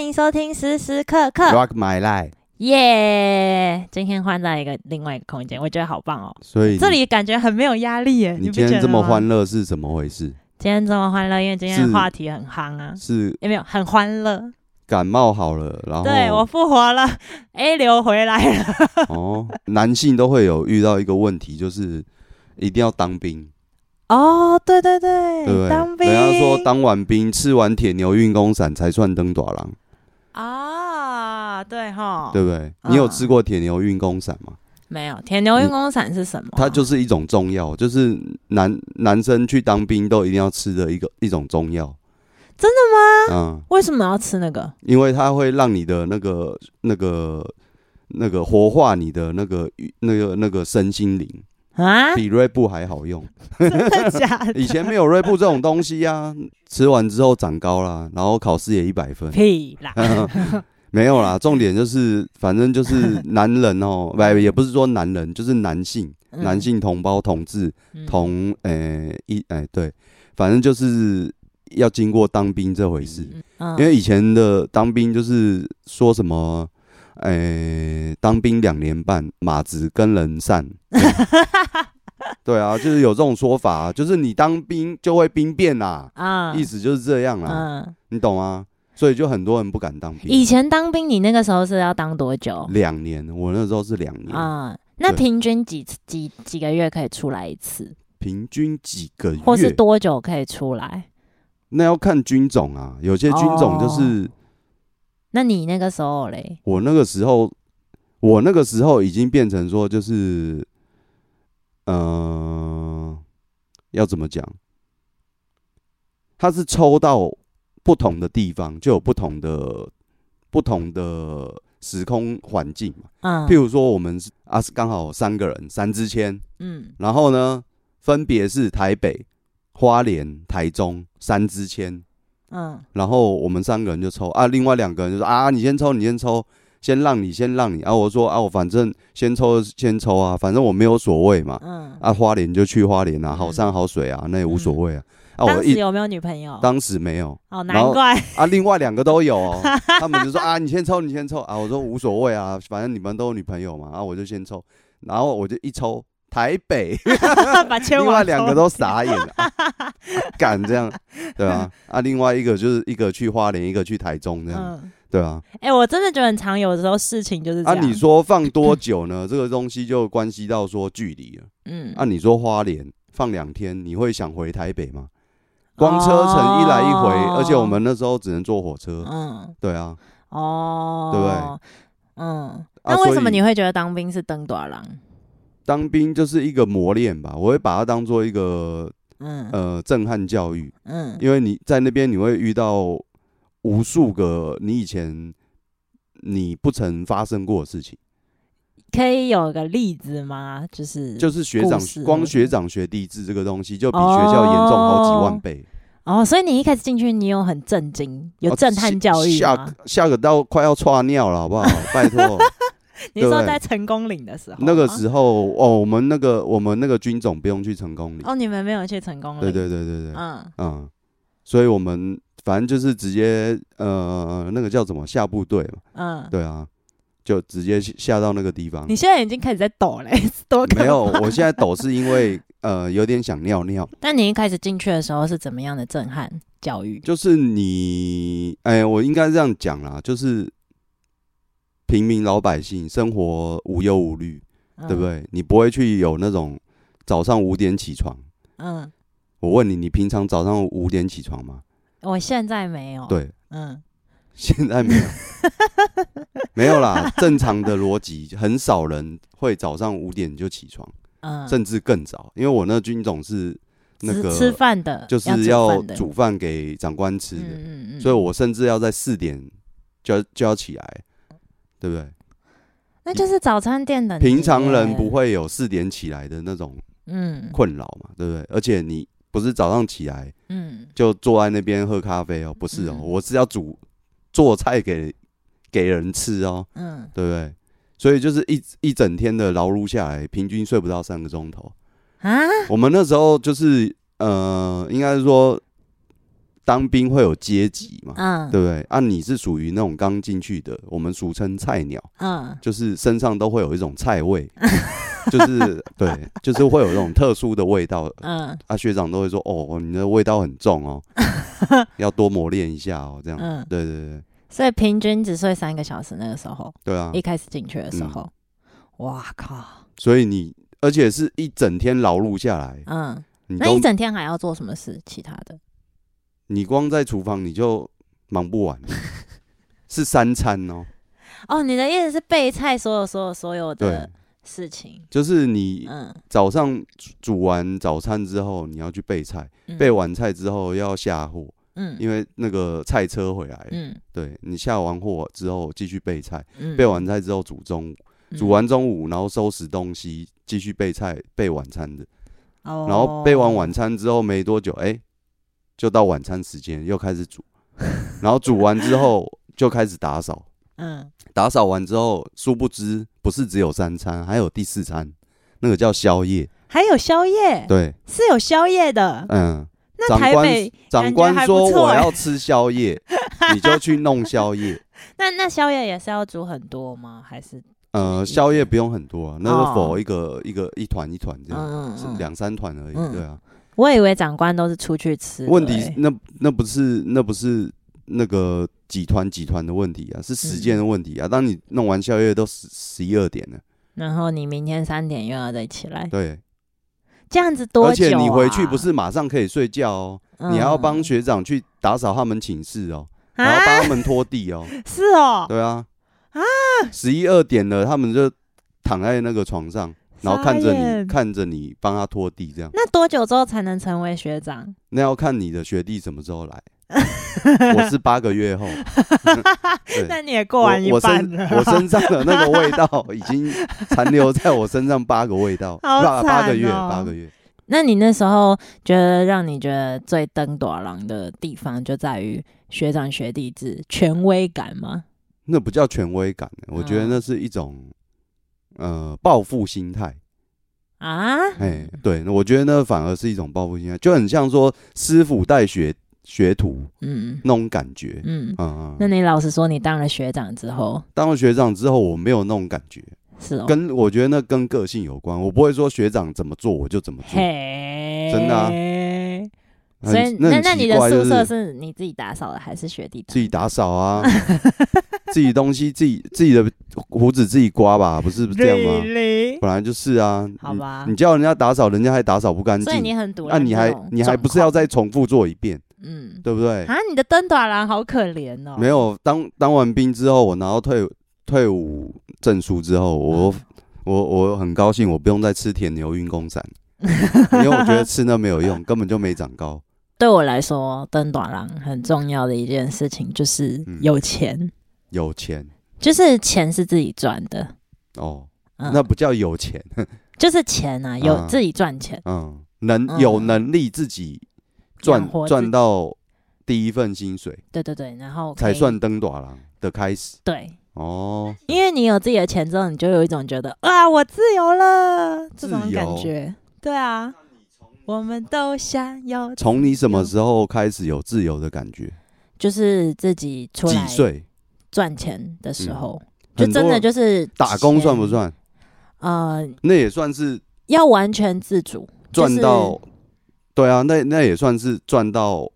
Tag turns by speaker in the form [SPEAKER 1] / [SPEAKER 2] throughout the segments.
[SPEAKER 1] 迎收听时时刻刻
[SPEAKER 2] Rock My Life，
[SPEAKER 1] 耶！今天换在一个另外一个空间，我觉得好棒哦。
[SPEAKER 2] 所以你
[SPEAKER 1] 这里感觉很没有压力耶，
[SPEAKER 2] 嗯你
[SPEAKER 1] 不
[SPEAKER 2] 今
[SPEAKER 1] 觉
[SPEAKER 2] 天
[SPEAKER 1] 得
[SPEAKER 2] 这么
[SPEAKER 1] 吗
[SPEAKER 2] 欢，乐是怎么回事？
[SPEAKER 1] 今天这么欢乐，因为今天
[SPEAKER 2] 是
[SPEAKER 1] 话题很夯啊，
[SPEAKER 2] 是
[SPEAKER 1] 有没有很欢乐？
[SPEAKER 2] 感冒好了，然后
[SPEAKER 1] 对我复活了，A 流回来了。
[SPEAKER 2] 哦，男性都会有遇到一个问题，就是一定要当兵，
[SPEAKER 1] 哦，对对
[SPEAKER 2] 对不
[SPEAKER 1] 对，
[SPEAKER 2] 对？
[SPEAKER 1] 当兵。
[SPEAKER 2] 人家说当完兵吃完铁牛运功散才算登短郎，
[SPEAKER 1] 啊，对哈，
[SPEAKER 2] 对不对？你有
[SPEAKER 1] 嗯
[SPEAKER 2] 吃过铁牛运功散吗？
[SPEAKER 1] 没有铁牛运功伞是什么啊？
[SPEAKER 2] 它就是一种中药，就是男男生去当兵都一定要吃的一个一种嗯中药。
[SPEAKER 1] 真
[SPEAKER 2] 的吗？
[SPEAKER 1] 为什么要吃那个？
[SPEAKER 2] 嗯，因为它会让你的那个那个那个活化你的那个那个那个身心灵，
[SPEAKER 1] 啊，
[SPEAKER 2] 比锐步还好 用。
[SPEAKER 1] 真的 假的？
[SPEAKER 2] 以前没有锐步这种东西呀、吃完之后长高啦，然后考试也一百 分。
[SPEAKER 1] 屁啦！
[SPEAKER 2] 没有啦，重点就是，反正就是男人哦， 不也不是说男人，就是男性，
[SPEAKER 1] 嗯
[SPEAKER 2] 男性同胞同志
[SPEAKER 1] 嗯
[SPEAKER 2] 同呃一哎对，反正就是要经过当兵这回事，
[SPEAKER 1] 嗯
[SPEAKER 2] 因为以前的当兵就是说什么，呃，当兵两年半，马子跟 人散。对对啊，就是有这种说法啊、就是你当兵就会兵变啦，
[SPEAKER 1] 啊
[SPEAKER 2] 意思就是这样啦，
[SPEAKER 1] 嗯，
[SPEAKER 2] 你懂吗？所以就很多人不敢当兵。
[SPEAKER 1] 以前当兵，你那个时候是要当多久
[SPEAKER 2] 两年，我那时候是两年，
[SPEAKER 1] 啊？那
[SPEAKER 2] 对
[SPEAKER 1] 平均几次几几个月可以出来一次，
[SPEAKER 2] 平均几个
[SPEAKER 1] 或是
[SPEAKER 2] 月？
[SPEAKER 1] 多久可以出来？
[SPEAKER 2] 那要看军种啊，有些军
[SPEAKER 1] 哦
[SPEAKER 2] 种就是、
[SPEAKER 1] 那你那个时候嘞？
[SPEAKER 2] 我那个时候，我那个时候已经变成说，就是，呃，要怎么讲？他是抽到不同的地方，就有不同的不同的时空环境嘛。
[SPEAKER 1] 嗯
[SPEAKER 2] 譬如说，我们是啊，是刚好三个人，三支签，
[SPEAKER 1] 嗯
[SPEAKER 2] 然后呢，分别是台北、花莲、台中三支签，
[SPEAKER 1] 嗯
[SPEAKER 2] 然后我们三个人就抽啊，另外两个人就说啊，你先抽，你先抽，先让你，先让你啊。我说啊，我反正先抽先抽啊，反正我没有所谓嘛。
[SPEAKER 1] 嗯。
[SPEAKER 2] 啊，花莲就去花莲啊，
[SPEAKER 1] 嗯
[SPEAKER 2] 好山好水啊，那也无所谓啊。啊，
[SPEAKER 1] 当
[SPEAKER 2] 我
[SPEAKER 1] 时
[SPEAKER 2] 一
[SPEAKER 1] 有没有女朋友？
[SPEAKER 2] 当时没有
[SPEAKER 1] 哦，
[SPEAKER 2] 然
[SPEAKER 1] 难
[SPEAKER 2] 后
[SPEAKER 1] 怪。
[SPEAKER 2] 啊，另外两个都有、哦， 他们就说啊，你先抽，你先抽啊。我说无所谓啊，反正你们都有女朋友嘛，啊，我就先抽，然后我就一抽台 北。
[SPEAKER 1] 把千
[SPEAKER 2] 另
[SPEAKER 1] 网
[SPEAKER 2] 外两个
[SPEAKER 1] 抽
[SPEAKER 2] 都傻眼 了、啊，敢这样，对吧、啊？另外一个就是一个去花莲，一个去台中这样，
[SPEAKER 1] 嗯，
[SPEAKER 2] 对啊。
[SPEAKER 1] 哎、我真的觉得很常有的时候事情就是这
[SPEAKER 2] 啊，
[SPEAKER 1] 样。
[SPEAKER 2] 你说放多久呢？这个东西就关系到说距离了。
[SPEAKER 1] 嗯，
[SPEAKER 2] 啊，你说花莲放两天，你会想回台北吗？光车程一来一回，
[SPEAKER 1] 哦
[SPEAKER 2] 而且我们那时候只能坐火车，
[SPEAKER 1] 嗯，
[SPEAKER 2] 对啊，
[SPEAKER 1] 哦，
[SPEAKER 2] 对不对？
[SPEAKER 1] 嗯，
[SPEAKER 2] 啊
[SPEAKER 1] 那为什么
[SPEAKER 2] 所以
[SPEAKER 1] 你会觉得当兵是登短郎？
[SPEAKER 2] 当兵就是一个磨练吧，我会把它当做一个
[SPEAKER 1] 嗯
[SPEAKER 2] 呃震撼教育。
[SPEAKER 1] 嗯
[SPEAKER 2] 因为你在那边你会遇到无数个你以前你不曾发生过的事情，
[SPEAKER 1] 可以有个例子吗？就是
[SPEAKER 2] 就是学长
[SPEAKER 1] 故事嗯
[SPEAKER 2] 光学长学弟制这个东西，就比学校严重好几万倍，
[SPEAKER 1] 哦，所以你一开始进去，你有很震惊，有
[SPEAKER 2] 哦
[SPEAKER 1] 震撼教育
[SPEAKER 2] 吓
[SPEAKER 1] 吗？
[SPEAKER 2] 吓个到快要岔尿了，好不好？拜托，
[SPEAKER 1] 你说
[SPEAKER 2] 对
[SPEAKER 1] 在成功岭的时候吗，
[SPEAKER 2] 那个时候哦，我们那个我们那个军种不用去成功里，
[SPEAKER 1] 哦，你们没有去成功岭，
[SPEAKER 2] 对对对对对，
[SPEAKER 1] 嗯
[SPEAKER 2] 嗯，所以我们反正就是直接呃那个叫什么下部队嘛，
[SPEAKER 1] 嗯，
[SPEAKER 2] 对啊，就直接下到那个地方。
[SPEAKER 1] 你现在已经开始在抖嘞， 是多可
[SPEAKER 2] 没有，
[SPEAKER 1] 怕
[SPEAKER 2] 我现在抖是因为呃有点想尿尿，
[SPEAKER 1] 但你一开始进去的时候是怎么样的震撼教育？
[SPEAKER 2] 就是你，哎、我应该这样讲啦，就是平民老百姓生活无忧无虑，对不
[SPEAKER 1] 嗯？
[SPEAKER 2] 对？你不会去有那种早上五点起床。
[SPEAKER 1] 嗯，
[SPEAKER 2] 我问你，你平常早上五点起床吗？
[SPEAKER 1] 我现在没有。，
[SPEAKER 2] 对，
[SPEAKER 1] 嗯
[SPEAKER 2] 现 在没有，没有啦。正常的逻辑，很少人会早上五点就起床，
[SPEAKER 1] 嗯，
[SPEAKER 2] 甚至更早。因为我那军种是那
[SPEAKER 1] 吃
[SPEAKER 2] 个
[SPEAKER 1] 吃饭的
[SPEAKER 2] 就是
[SPEAKER 1] 要
[SPEAKER 2] 要
[SPEAKER 1] 饭的
[SPEAKER 2] 煮饭给长官吃的，
[SPEAKER 1] 嗯嗯嗯，
[SPEAKER 2] 所以我甚至要在四点就要就要起来，对不对？
[SPEAKER 1] 那就是早餐店的
[SPEAKER 2] 平常人不，会有四点起来的那种
[SPEAKER 1] 嗯
[SPEAKER 2] 困扰嘛，对不对？而且你不是早上起来
[SPEAKER 1] 嗯，
[SPEAKER 2] 就坐在那边喝咖啡哦，不是哦，
[SPEAKER 1] 嗯
[SPEAKER 2] 我是要煮做菜给给人吃哦，
[SPEAKER 1] 嗯，
[SPEAKER 2] 对不对？所以就是一一整天的劳碌下来，平均睡不到三 个钟头。
[SPEAKER 1] 啊，
[SPEAKER 2] 我们那时候就是呃，应该是说当兵会有阶级嘛，
[SPEAKER 1] 嗯
[SPEAKER 2] 对不对？啊，你是属于那种刚进去的，我们俗称菜鸟，
[SPEAKER 1] 嗯
[SPEAKER 2] 就是身上都会有一种菜 味，就是对，就是会有那种特殊的味道。
[SPEAKER 1] 嗯
[SPEAKER 2] 啊，学长都会说：“哦，你的味道很重 哦，要多磨练一下哦。”这样，
[SPEAKER 1] 嗯，
[SPEAKER 2] 对对对
[SPEAKER 1] 所以平均只睡三个小时，那个时候
[SPEAKER 2] 对啊
[SPEAKER 1] 一。开始进去的时
[SPEAKER 2] 嗯
[SPEAKER 1] 候，哇靠，
[SPEAKER 2] 所以你，而且是一整天劳碌下来，
[SPEAKER 1] 嗯，
[SPEAKER 2] 你
[SPEAKER 1] 那
[SPEAKER 2] 都
[SPEAKER 1] 一整天还要做什么事？其他的
[SPEAKER 2] 你光在厨房你就忙不完，是三餐哦。
[SPEAKER 1] 哦，你的意思是备菜所有所有所有
[SPEAKER 2] 对
[SPEAKER 1] 的，事情，
[SPEAKER 2] 就是你
[SPEAKER 1] 呃嗯，
[SPEAKER 2] 早上煮煮完早餐之后，你要去备菜，
[SPEAKER 1] 嗯
[SPEAKER 2] 备完菜之后要下货，
[SPEAKER 1] 嗯
[SPEAKER 2] 因为那个菜车回来了。
[SPEAKER 1] 嗯
[SPEAKER 2] 对你下完货之后继续备菜，
[SPEAKER 1] 嗯
[SPEAKER 2] 备完菜之后煮中午，
[SPEAKER 1] 嗯
[SPEAKER 2] 煮完中午然后收拾东西，继续备菜备晚餐的，
[SPEAKER 1] 哦，
[SPEAKER 2] 然后备完晚餐之后没多久，哎、就到晚餐时间又开始煮， 然后煮完之后就开始打扫，
[SPEAKER 1] 嗯
[SPEAKER 2] 打扫完之后，殊不知不是只有三餐，还有第四餐，那个叫宵夜。
[SPEAKER 1] 还有宵夜，
[SPEAKER 2] 对，
[SPEAKER 1] 是有宵夜的，
[SPEAKER 2] 嗯，
[SPEAKER 1] 哎那
[SPEAKER 2] 长
[SPEAKER 1] 台
[SPEAKER 2] 官
[SPEAKER 1] 北
[SPEAKER 2] 长官
[SPEAKER 1] 还
[SPEAKER 2] 说
[SPEAKER 1] 不错
[SPEAKER 2] 我
[SPEAKER 1] 欸
[SPEAKER 2] 要吃宵 夜，你就去弄宵夜。
[SPEAKER 1] 那那宵夜也是要煮很多吗？还是
[SPEAKER 2] 呃，
[SPEAKER 1] 就是一
[SPEAKER 2] 宵夜
[SPEAKER 1] 天
[SPEAKER 2] 不用很多啊，那是否
[SPEAKER 1] 嗯哦
[SPEAKER 2] 一个、一个一团一团这样，
[SPEAKER 1] 嗯
[SPEAKER 2] 是两三团而已，
[SPEAKER 1] 嗯
[SPEAKER 2] 对啊。
[SPEAKER 1] 我以为长官都是出去吃的欸，
[SPEAKER 2] 问题是那那不是那不是那个几团几团的问题啊，是时
[SPEAKER 1] 嗯
[SPEAKER 2] 间的问题啊。当你弄完宵夜都十十一二点了，
[SPEAKER 1] 然后你明天三点又要再起来，
[SPEAKER 2] 对，
[SPEAKER 1] 这样子多
[SPEAKER 2] 而且
[SPEAKER 1] 久
[SPEAKER 2] 你回
[SPEAKER 1] 啊
[SPEAKER 2] 去不是马上可以睡觉哦，你还要帮学长去打扫他们寝室哦，
[SPEAKER 1] 嗯
[SPEAKER 2] 然后
[SPEAKER 1] 啊？
[SPEAKER 2] 帮他们拖地哦，
[SPEAKER 1] 是哦，
[SPEAKER 2] 对 啊，啊，十一二点了，他们就躺在那个床上，然后看着
[SPEAKER 1] 傻
[SPEAKER 2] 你
[SPEAKER 1] 眼
[SPEAKER 2] 看着你帮他拖地这样。
[SPEAKER 1] 那多久之后才能成为学长？
[SPEAKER 2] 那要看你的学弟什么时候来。我是八个月后， 对，
[SPEAKER 1] 那你也
[SPEAKER 2] 我
[SPEAKER 1] 过完一
[SPEAKER 2] 我
[SPEAKER 1] 半
[SPEAKER 2] 身
[SPEAKER 1] 了，
[SPEAKER 2] 我身上的那个味道已经残留在我身上八个味道，
[SPEAKER 1] 好
[SPEAKER 2] 八八个
[SPEAKER 1] 惨
[SPEAKER 2] 月，
[SPEAKER 1] 哦
[SPEAKER 2] 八个月。
[SPEAKER 1] 那你那时候觉得让你觉得最登朵郎的地方，就在于学长学弟制权威感吗？
[SPEAKER 2] 那不叫权威感，欸我觉得
[SPEAKER 1] 嗯
[SPEAKER 2] 那是一种呃报复心态。
[SPEAKER 1] 啊？
[SPEAKER 2] 哎，对，我觉得那反而是一种报复心态，就很像说师傅带学学徒
[SPEAKER 1] 嗯
[SPEAKER 2] 那种感觉。
[SPEAKER 1] 嗯，
[SPEAKER 2] 嗯
[SPEAKER 1] 那
[SPEAKER 2] 嗯，
[SPEAKER 1] 你老实说，你当了学长之后
[SPEAKER 2] 当了学长之后，我没有那种感觉，
[SPEAKER 1] 是哦，
[SPEAKER 2] 跟我觉得那跟个性有关。我不会说学长怎么做我就怎么做，
[SPEAKER 1] 嘿，
[SPEAKER 2] 真的啊很
[SPEAKER 1] 所以
[SPEAKER 2] 那
[SPEAKER 1] 那
[SPEAKER 2] 很
[SPEAKER 1] 那
[SPEAKER 2] 奇
[SPEAKER 1] 你的
[SPEAKER 2] 怪
[SPEAKER 1] 宿
[SPEAKER 2] 就是
[SPEAKER 1] 舍是你自己打扫的，还是学弟打
[SPEAKER 2] 自？己打扫啊， 自己东西自己自己的胡子自己刮吧，不是这样吗？
[SPEAKER 1] Really？
[SPEAKER 2] 本来就是啊，
[SPEAKER 1] 好吧
[SPEAKER 2] 你你叫人家打扫，人家还打扫不干
[SPEAKER 1] 所以你
[SPEAKER 2] 净，
[SPEAKER 1] 很独
[SPEAKER 2] 那
[SPEAKER 1] 立，
[SPEAKER 2] 啊你还你还不是要再重复做一遍，
[SPEAKER 1] 嗯
[SPEAKER 2] 对不对？
[SPEAKER 1] 啊？你的灯短郎好可怜哦，
[SPEAKER 2] 没有当当完兵之后，我拿到退退伍证书之后，
[SPEAKER 1] 嗯
[SPEAKER 2] 我我我很高兴，我不用再吃甜牛运功散， 因为我觉得吃那没有用，根本就没长高。
[SPEAKER 1] 对我来说，登短郎很重要的一件事情就是
[SPEAKER 2] 嗯
[SPEAKER 1] 有钱，
[SPEAKER 2] 有钱
[SPEAKER 1] 就是钱是自己赚的，
[SPEAKER 2] 哦，
[SPEAKER 1] 嗯，
[SPEAKER 2] 那不叫有钱，
[SPEAKER 1] 就是钱啊，有、
[SPEAKER 2] 啊
[SPEAKER 1] 自己赚钱，
[SPEAKER 2] 嗯，能有
[SPEAKER 1] 嗯
[SPEAKER 2] 能力自己赚
[SPEAKER 1] 养活自
[SPEAKER 2] 赚到第一份薪水，
[SPEAKER 1] 对对对，然后可
[SPEAKER 2] 才
[SPEAKER 1] 以
[SPEAKER 2] 算登短郎的开始
[SPEAKER 1] 对，
[SPEAKER 2] 哦。
[SPEAKER 1] 因为你有自己的钱之后，你就有一种觉得啊，我自由了这种
[SPEAKER 2] 自由
[SPEAKER 1] 感觉，对啊，我们都想要，
[SPEAKER 2] 从你什么时候开始有自由的感觉？
[SPEAKER 1] 就是自己出
[SPEAKER 2] 几
[SPEAKER 1] 来
[SPEAKER 2] 岁？嗯
[SPEAKER 1] 赚钱的时候，就
[SPEAKER 2] 很
[SPEAKER 1] 真
[SPEAKER 2] 多
[SPEAKER 1] 的就是
[SPEAKER 2] 打工
[SPEAKER 1] 钱
[SPEAKER 2] 算不？算？
[SPEAKER 1] 呃，
[SPEAKER 2] 那也算是
[SPEAKER 1] 要完全自主，
[SPEAKER 2] 赚
[SPEAKER 1] 就是
[SPEAKER 2] 到，对啊，那那也算是赚到，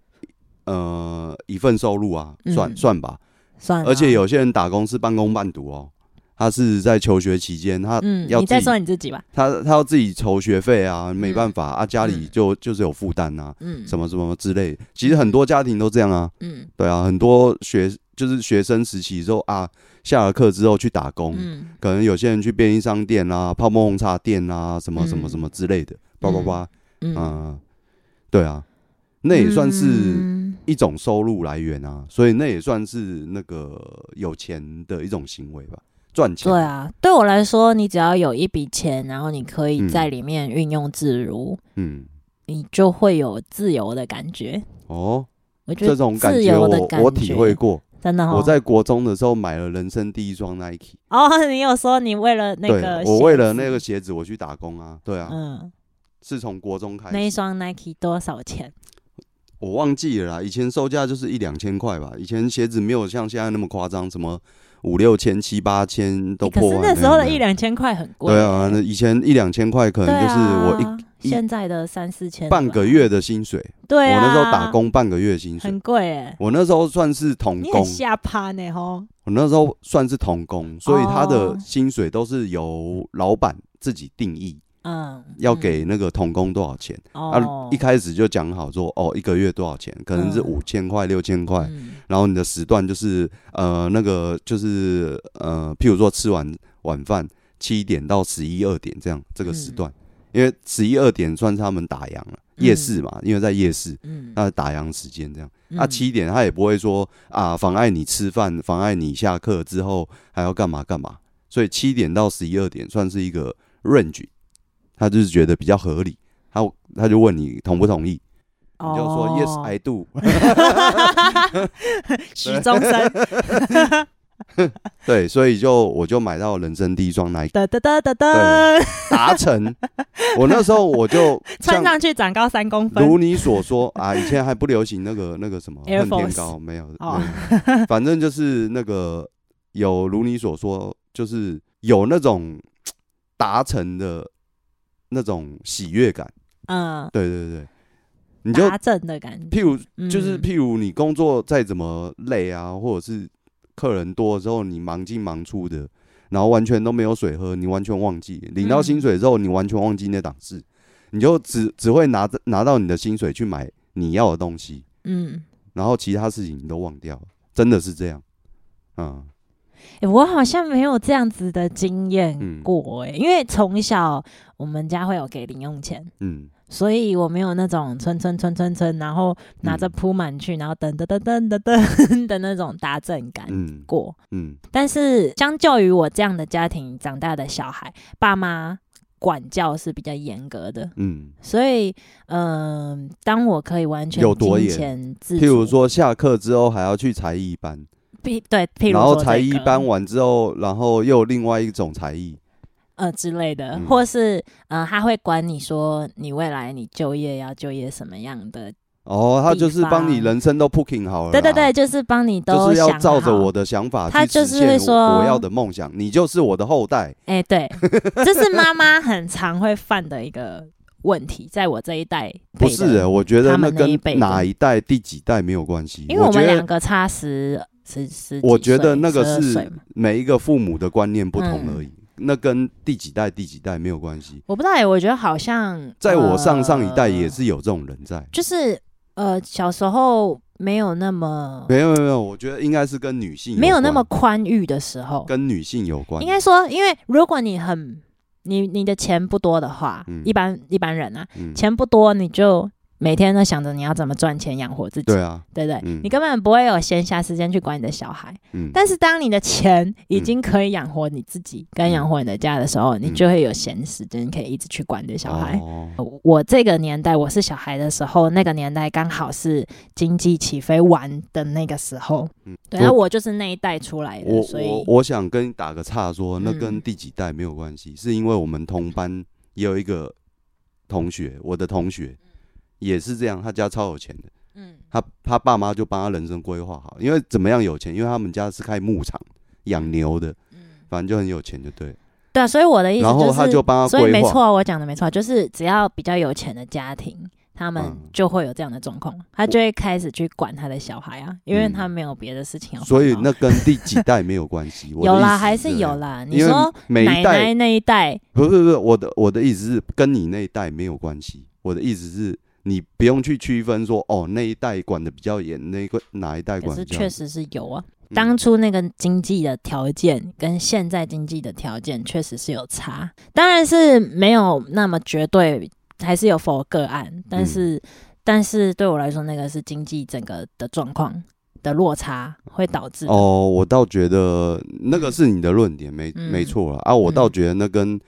[SPEAKER 2] 呃，一份收入啊，算、
[SPEAKER 1] 嗯
[SPEAKER 2] 算吧。
[SPEAKER 1] 算了，
[SPEAKER 2] 而且有些人打工是半工半读哦，他是在求学期间，他
[SPEAKER 1] 嗯，
[SPEAKER 2] 要
[SPEAKER 1] 你
[SPEAKER 2] 自
[SPEAKER 1] 再
[SPEAKER 2] 己，
[SPEAKER 1] 说你自己吧，
[SPEAKER 2] 他他要自己筹学费啊，没办法、啊，家里
[SPEAKER 1] 嗯
[SPEAKER 2] 就就是有负担啊，
[SPEAKER 1] 嗯，
[SPEAKER 2] 什么什么之类的。其实很多家庭都这样啊，
[SPEAKER 1] 嗯
[SPEAKER 2] 对啊，很多学就是学生时期之后啊，下了课之后去打工，
[SPEAKER 1] 嗯
[SPEAKER 2] 可能有些人去便利商店啦、泡沫红茶店啦、什么什么
[SPEAKER 1] 嗯
[SPEAKER 2] 什么之类的，叭叭叭。
[SPEAKER 1] 嗯，
[SPEAKER 2] 嗯，对啊，那也算是
[SPEAKER 1] 嗯
[SPEAKER 2] 一种收入来源啊，所以那也算是那个有钱的一种行为吧，赚钱。
[SPEAKER 1] 对，啊，对我来说，你只要有一笔钱，然后你可以
[SPEAKER 2] 嗯
[SPEAKER 1] 在里面运用自如，
[SPEAKER 2] 嗯，
[SPEAKER 1] 你就会有自由的感觉。
[SPEAKER 2] 哦，
[SPEAKER 1] 我觉
[SPEAKER 2] 这
[SPEAKER 1] 得
[SPEAKER 2] 种感
[SPEAKER 1] 自
[SPEAKER 2] 觉
[SPEAKER 1] 由
[SPEAKER 2] 我
[SPEAKER 1] 的感
[SPEAKER 2] 我体会过，
[SPEAKER 1] 真的、哦，
[SPEAKER 2] 我在国中的时候买了人生第一双 Nike，
[SPEAKER 1] 哦， 你有说你为了那个
[SPEAKER 2] 对，
[SPEAKER 1] 鞋
[SPEAKER 2] 我为了那
[SPEAKER 1] 子
[SPEAKER 2] 个鞋子我去打工啊，对啊，
[SPEAKER 1] 嗯，
[SPEAKER 2] 是从国中开
[SPEAKER 1] 那一
[SPEAKER 2] 始，
[SPEAKER 1] 双 Nike 多少钱？
[SPEAKER 2] 我忘记了啦，以前售价就是一两千块吧，以前鞋子没有像现在那么夸张，什么五六千、七八千都
[SPEAKER 1] 欸可
[SPEAKER 2] 破
[SPEAKER 1] 是
[SPEAKER 2] 万
[SPEAKER 1] 那时候的
[SPEAKER 2] 样
[SPEAKER 1] 一两千块很贵、欸
[SPEAKER 2] 对啊，那以前一两千块可
[SPEAKER 1] 对
[SPEAKER 2] 能就是我一、
[SPEAKER 1] 啊现在的三四千，
[SPEAKER 2] 半个，月的薪水，
[SPEAKER 1] 对啊，
[SPEAKER 2] 我那时候打工半个月薪水
[SPEAKER 1] 很，贵哎、
[SPEAKER 2] 我那时候算是童
[SPEAKER 1] 你
[SPEAKER 2] 工
[SPEAKER 1] 很，下趴呢吼，
[SPEAKER 2] 我那时候算是童工，所以他
[SPEAKER 1] 哦
[SPEAKER 2] 的薪水都是由老板自己定义，
[SPEAKER 1] 嗯，
[SPEAKER 2] 要
[SPEAKER 1] 嗯、
[SPEAKER 2] 给那个童工多少钱。
[SPEAKER 1] 哦
[SPEAKER 2] 啊，一开始就讲好说，哦，一个月多少钱？可能是
[SPEAKER 1] 嗯
[SPEAKER 2] 五千块、六千块，
[SPEAKER 1] 嗯
[SPEAKER 2] 然后你的时段就是呃那个就是呃，譬如说吃完晚饭七点到十一二点这样这个时
[SPEAKER 1] 嗯
[SPEAKER 2] 段，因为十一二点算是他们打烊了，夜
[SPEAKER 1] 嗯
[SPEAKER 2] 市嘛，因为在夜市。
[SPEAKER 1] 嗯，
[SPEAKER 2] 那打烊时间这样，
[SPEAKER 1] 嗯
[SPEAKER 2] 那、啊七点他也不会说啊妨碍你吃饭，妨碍你下课之后还要干嘛干嘛，所以七点到十一二点算是一个 range，他就是觉得比较合理，他他就问你同不同意，你就说、
[SPEAKER 1] 哦
[SPEAKER 2] yes I do，
[SPEAKER 1] 许宗生，
[SPEAKER 2] 对，所以就我就买到人生第一双 Nike，
[SPEAKER 1] 哒哒哒哒哒，
[SPEAKER 2] 达成。我那时候我就
[SPEAKER 1] 穿
[SPEAKER 2] 像
[SPEAKER 1] 上去长高三公分
[SPEAKER 2] 如，你所说啊，以前还不流行那个 那个什么
[SPEAKER 1] Air
[SPEAKER 2] 恨天
[SPEAKER 1] Force
[SPEAKER 2] 高，没有，没
[SPEAKER 1] 哦
[SPEAKER 2] 有反正就是那个有如你所说，就是有那种达成的那种喜悦感。
[SPEAKER 1] 嗯，
[SPEAKER 2] 对对对，你就
[SPEAKER 1] 达阵的感觉，
[SPEAKER 2] 譬如
[SPEAKER 1] 嗯
[SPEAKER 2] 就是譬如你工作再怎么累啊，或者是客人多的时候，你忙进忙出的，然后完全都没有水喝，你完全忘记领到
[SPEAKER 1] 嗯
[SPEAKER 2] 薪水之后，你完全忘记那档事，你就只只会拿着拿到你的薪水去买你要的东西，
[SPEAKER 1] 嗯。
[SPEAKER 2] 然后其他事情你都忘掉了，真的是这样。嗯，
[SPEAKER 1] 欸我好像没有这样子的经验
[SPEAKER 2] 嗯
[SPEAKER 1] 过哎、因为从小我们家会有给零用钱，
[SPEAKER 2] 嗯，
[SPEAKER 1] 所以我没有那种村村村村村，然后拿着
[SPEAKER 2] 嗯
[SPEAKER 1] 铺满去，然后噔噔噔噔噔噔 的那种搭阵感
[SPEAKER 2] 嗯
[SPEAKER 1] 过。
[SPEAKER 2] 嗯
[SPEAKER 1] 但是相较于我这样的家庭长大的小孩，爸妈管教是比较严格的，
[SPEAKER 2] 嗯，
[SPEAKER 1] 所以嗯、当我可以完全
[SPEAKER 2] 有多
[SPEAKER 1] 金
[SPEAKER 2] 严
[SPEAKER 1] 钱自主，
[SPEAKER 2] 譬如说下课之后还要去才艺班，
[SPEAKER 1] 譬，对，譬如
[SPEAKER 2] 然后
[SPEAKER 1] 说
[SPEAKER 2] 才
[SPEAKER 1] 这
[SPEAKER 2] 艺
[SPEAKER 1] 个
[SPEAKER 2] 班完之后，然后又有另外一种才艺，
[SPEAKER 1] 呃之类的，
[SPEAKER 2] 嗯
[SPEAKER 1] 或是呃，他会管你说你未来你就业要就业什么样的，
[SPEAKER 2] 哦，他
[SPEAKER 1] 地
[SPEAKER 2] 就是帮你
[SPEAKER 1] 方
[SPEAKER 2] 人生都 booking 好了啦，
[SPEAKER 1] 对对对，就是帮你
[SPEAKER 2] 就
[SPEAKER 1] 都
[SPEAKER 2] 是
[SPEAKER 1] 想
[SPEAKER 2] 要
[SPEAKER 1] 好。
[SPEAKER 2] 照着我的想法
[SPEAKER 1] 他
[SPEAKER 2] 去
[SPEAKER 1] 就
[SPEAKER 2] 实
[SPEAKER 1] 是会
[SPEAKER 2] 现
[SPEAKER 1] 说
[SPEAKER 2] 我我要的梦想，你就是我的后代。
[SPEAKER 1] 哎、对，这是妈妈很常会犯的一个问题，在我这一代
[SPEAKER 2] 不
[SPEAKER 1] 辈的
[SPEAKER 2] 是、欸，我觉得
[SPEAKER 1] 他
[SPEAKER 2] 那
[SPEAKER 1] 们那一辈
[SPEAKER 2] 跟
[SPEAKER 1] 的
[SPEAKER 2] 哪一代、第几代没有关系。
[SPEAKER 1] 因为我
[SPEAKER 2] 觉
[SPEAKER 1] 们两
[SPEAKER 2] 得
[SPEAKER 1] 个差十十十几岁，
[SPEAKER 2] 我觉得那个
[SPEAKER 1] 12
[SPEAKER 2] 是
[SPEAKER 1] 岁嘛
[SPEAKER 2] 每一个父母的观念不同
[SPEAKER 1] 嗯
[SPEAKER 2] 而已，那跟第几代、第几代没有关系。
[SPEAKER 1] 我不知道、欸，我觉得好像
[SPEAKER 2] 在我上上一代也
[SPEAKER 1] 呃
[SPEAKER 2] 是有这种人在。
[SPEAKER 1] 就是呃小时候没有那么
[SPEAKER 2] 没有没有没有，我觉得应该是跟女性
[SPEAKER 1] 没有
[SPEAKER 2] 关
[SPEAKER 1] 那么宽裕的时候，
[SPEAKER 2] 跟女性有关
[SPEAKER 1] 应。该说，因为如果你很你你的钱不多的话，
[SPEAKER 2] 嗯
[SPEAKER 1] 一般一般人啊，
[SPEAKER 2] 嗯，
[SPEAKER 1] 钱不多，你就每天都想着你要怎么赚钱养活自己，
[SPEAKER 2] 对啊，
[SPEAKER 1] 对不对？
[SPEAKER 2] 嗯
[SPEAKER 1] 你根本不会有闲暇时间去管你的小孩。
[SPEAKER 2] 嗯，
[SPEAKER 1] 但是当你的钱已经可以养活你自己跟
[SPEAKER 2] 嗯
[SPEAKER 1] 养活你的家的时候，你就会有闲时间可以一直去管你的小孩。呃
[SPEAKER 2] 哦
[SPEAKER 1] 我这个年代，我是小孩的时候，那个年代刚好是经济起飞完的那个时候，
[SPEAKER 2] 嗯
[SPEAKER 1] 对，啊
[SPEAKER 2] 我
[SPEAKER 1] 然后我就是那一代出来的，
[SPEAKER 2] 我
[SPEAKER 1] 哎所以
[SPEAKER 2] 我我想跟你打个岔说，那
[SPEAKER 1] 嗯
[SPEAKER 2] 跟第几代没有关系，是因为我们同班也有一个同学，我的同学也是这样，他家超有钱的，
[SPEAKER 1] 嗯
[SPEAKER 2] 他他爸妈就帮他人生规划好，因为怎么样有钱，因为他们家是开牧场养牛的，
[SPEAKER 1] 嗯。
[SPEAKER 2] 反正就很有钱，就对了。
[SPEAKER 1] 对啊，所以我的意思
[SPEAKER 2] 然后
[SPEAKER 1] 是，
[SPEAKER 2] 他就帮他
[SPEAKER 1] 所以没
[SPEAKER 2] 规划，
[SPEAKER 1] 错，啊我讲的没错，就是只要比较有钱的家庭，他们
[SPEAKER 2] 嗯
[SPEAKER 1] 就会有这样的状况，他就会开始去管他的小孩啊，因为他没有别的事情要烦恼。
[SPEAKER 2] 所以那跟第几代没有 关系。我的
[SPEAKER 1] 有
[SPEAKER 2] 意
[SPEAKER 1] 啦，
[SPEAKER 2] 思
[SPEAKER 1] 还是
[SPEAKER 2] 这样
[SPEAKER 1] 有。啦。你
[SPEAKER 2] 因为
[SPEAKER 1] 说
[SPEAKER 2] 每
[SPEAKER 1] 奶
[SPEAKER 2] 一代
[SPEAKER 1] 奶那一代，
[SPEAKER 2] 不是不是，我的我的意思是跟你那一代没有关系。我的意思是你不用去区分说哦那一代管的比较严，那一个哪一代
[SPEAKER 1] 可
[SPEAKER 2] 管
[SPEAKER 1] 是
[SPEAKER 2] 得比较
[SPEAKER 1] 确
[SPEAKER 2] 严。
[SPEAKER 1] 实是有啊。
[SPEAKER 2] 嗯
[SPEAKER 1] 当初那个经济的条件跟现在经济的条件确实是有差，当然是没有那么绝对，还是有否个案，但是、但是对我来说，那个是经济整个的状况的落差会导致的
[SPEAKER 2] 哦，我倒觉得那个是你的论点，没、
[SPEAKER 1] 嗯
[SPEAKER 2] 没错了啊。我倒觉得那跟、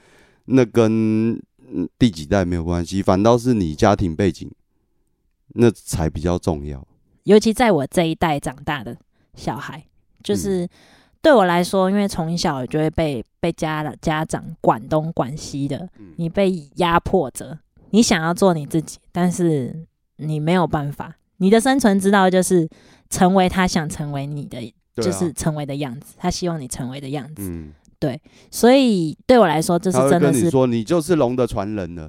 [SPEAKER 2] 那跟嗯第几代没有关系，反倒是你家庭背景那才比较重要。
[SPEAKER 1] 尤其在我这一代长大的小孩，就是、
[SPEAKER 2] 嗯
[SPEAKER 1] 对我来说，因为从小就会被被家家长管东管西的，
[SPEAKER 2] 嗯
[SPEAKER 1] 你被压迫着，你想要做你自己，但是你没有办法，你的生存之道就是成为他想成为你的，
[SPEAKER 2] 对啊
[SPEAKER 1] 就是成为的样子，他希望你成为的样子。
[SPEAKER 2] 嗯，
[SPEAKER 1] 所以对我来说，这是
[SPEAKER 2] 他会
[SPEAKER 1] 真的
[SPEAKER 2] 跟你
[SPEAKER 1] 是
[SPEAKER 2] 说，你就是龙的传人了，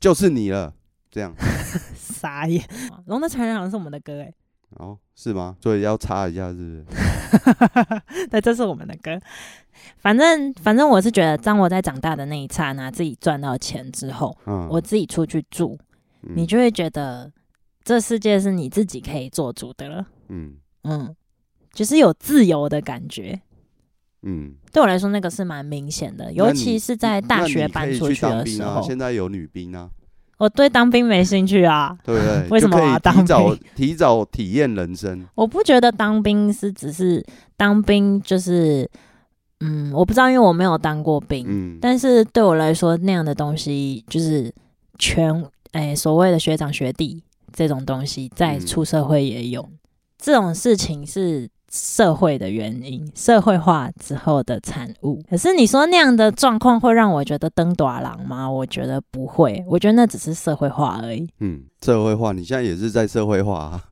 [SPEAKER 2] 就是你了，这样。
[SPEAKER 1] 傻眼。龙的传人好像是我们的歌哎、
[SPEAKER 2] 哦，是吗？所以要插一下，是不 是？
[SPEAKER 1] 对，这是我们的歌。反正反正我是觉得，当我在长大的那一刹那，自己赚到钱之后，
[SPEAKER 2] 嗯，
[SPEAKER 1] 我自己出去住，
[SPEAKER 2] 嗯
[SPEAKER 1] 你就会觉得这世界是你自己可以做主的了。
[SPEAKER 2] 嗯
[SPEAKER 1] 嗯，就是有自由的感觉。
[SPEAKER 2] 嗯，
[SPEAKER 1] 对我来说，那个是蛮明显的，
[SPEAKER 2] 那
[SPEAKER 1] 尤
[SPEAKER 2] 你
[SPEAKER 1] 其是在大
[SPEAKER 2] 那
[SPEAKER 1] 学
[SPEAKER 2] 你可
[SPEAKER 1] 搬
[SPEAKER 2] 以
[SPEAKER 1] 出
[SPEAKER 2] 去当
[SPEAKER 1] 的
[SPEAKER 2] 兵
[SPEAKER 1] 时
[SPEAKER 2] 啊，
[SPEAKER 1] 候，
[SPEAKER 2] 现在有女兵啊，
[SPEAKER 1] 我对当兵没兴趣啊。
[SPEAKER 2] 对不对？
[SPEAKER 1] 为什么我要
[SPEAKER 2] 就可以提
[SPEAKER 1] 当
[SPEAKER 2] 早
[SPEAKER 1] 兵
[SPEAKER 2] 提早体验人 生？
[SPEAKER 1] 我不觉得当兵是只是当兵，就是嗯，我不知道，因为我没有当过兵，
[SPEAKER 2] 嗯，
[SPEAKER 1] 但是对我来说，那样的东西就是全哎、所谓的学长学弟这种东西，在
[SPEAKER 2] 嗯
[SPEAKER 1] 出社会也有、这种事情是社会的原因，社会化之后的产物。可是你说那样的状况会让我觉得登短郎吗？我觉得不会，我觉得那只是社会化而已。
[SPEAKER 2] 嗯，社会化，你现在也是在社会 化啊，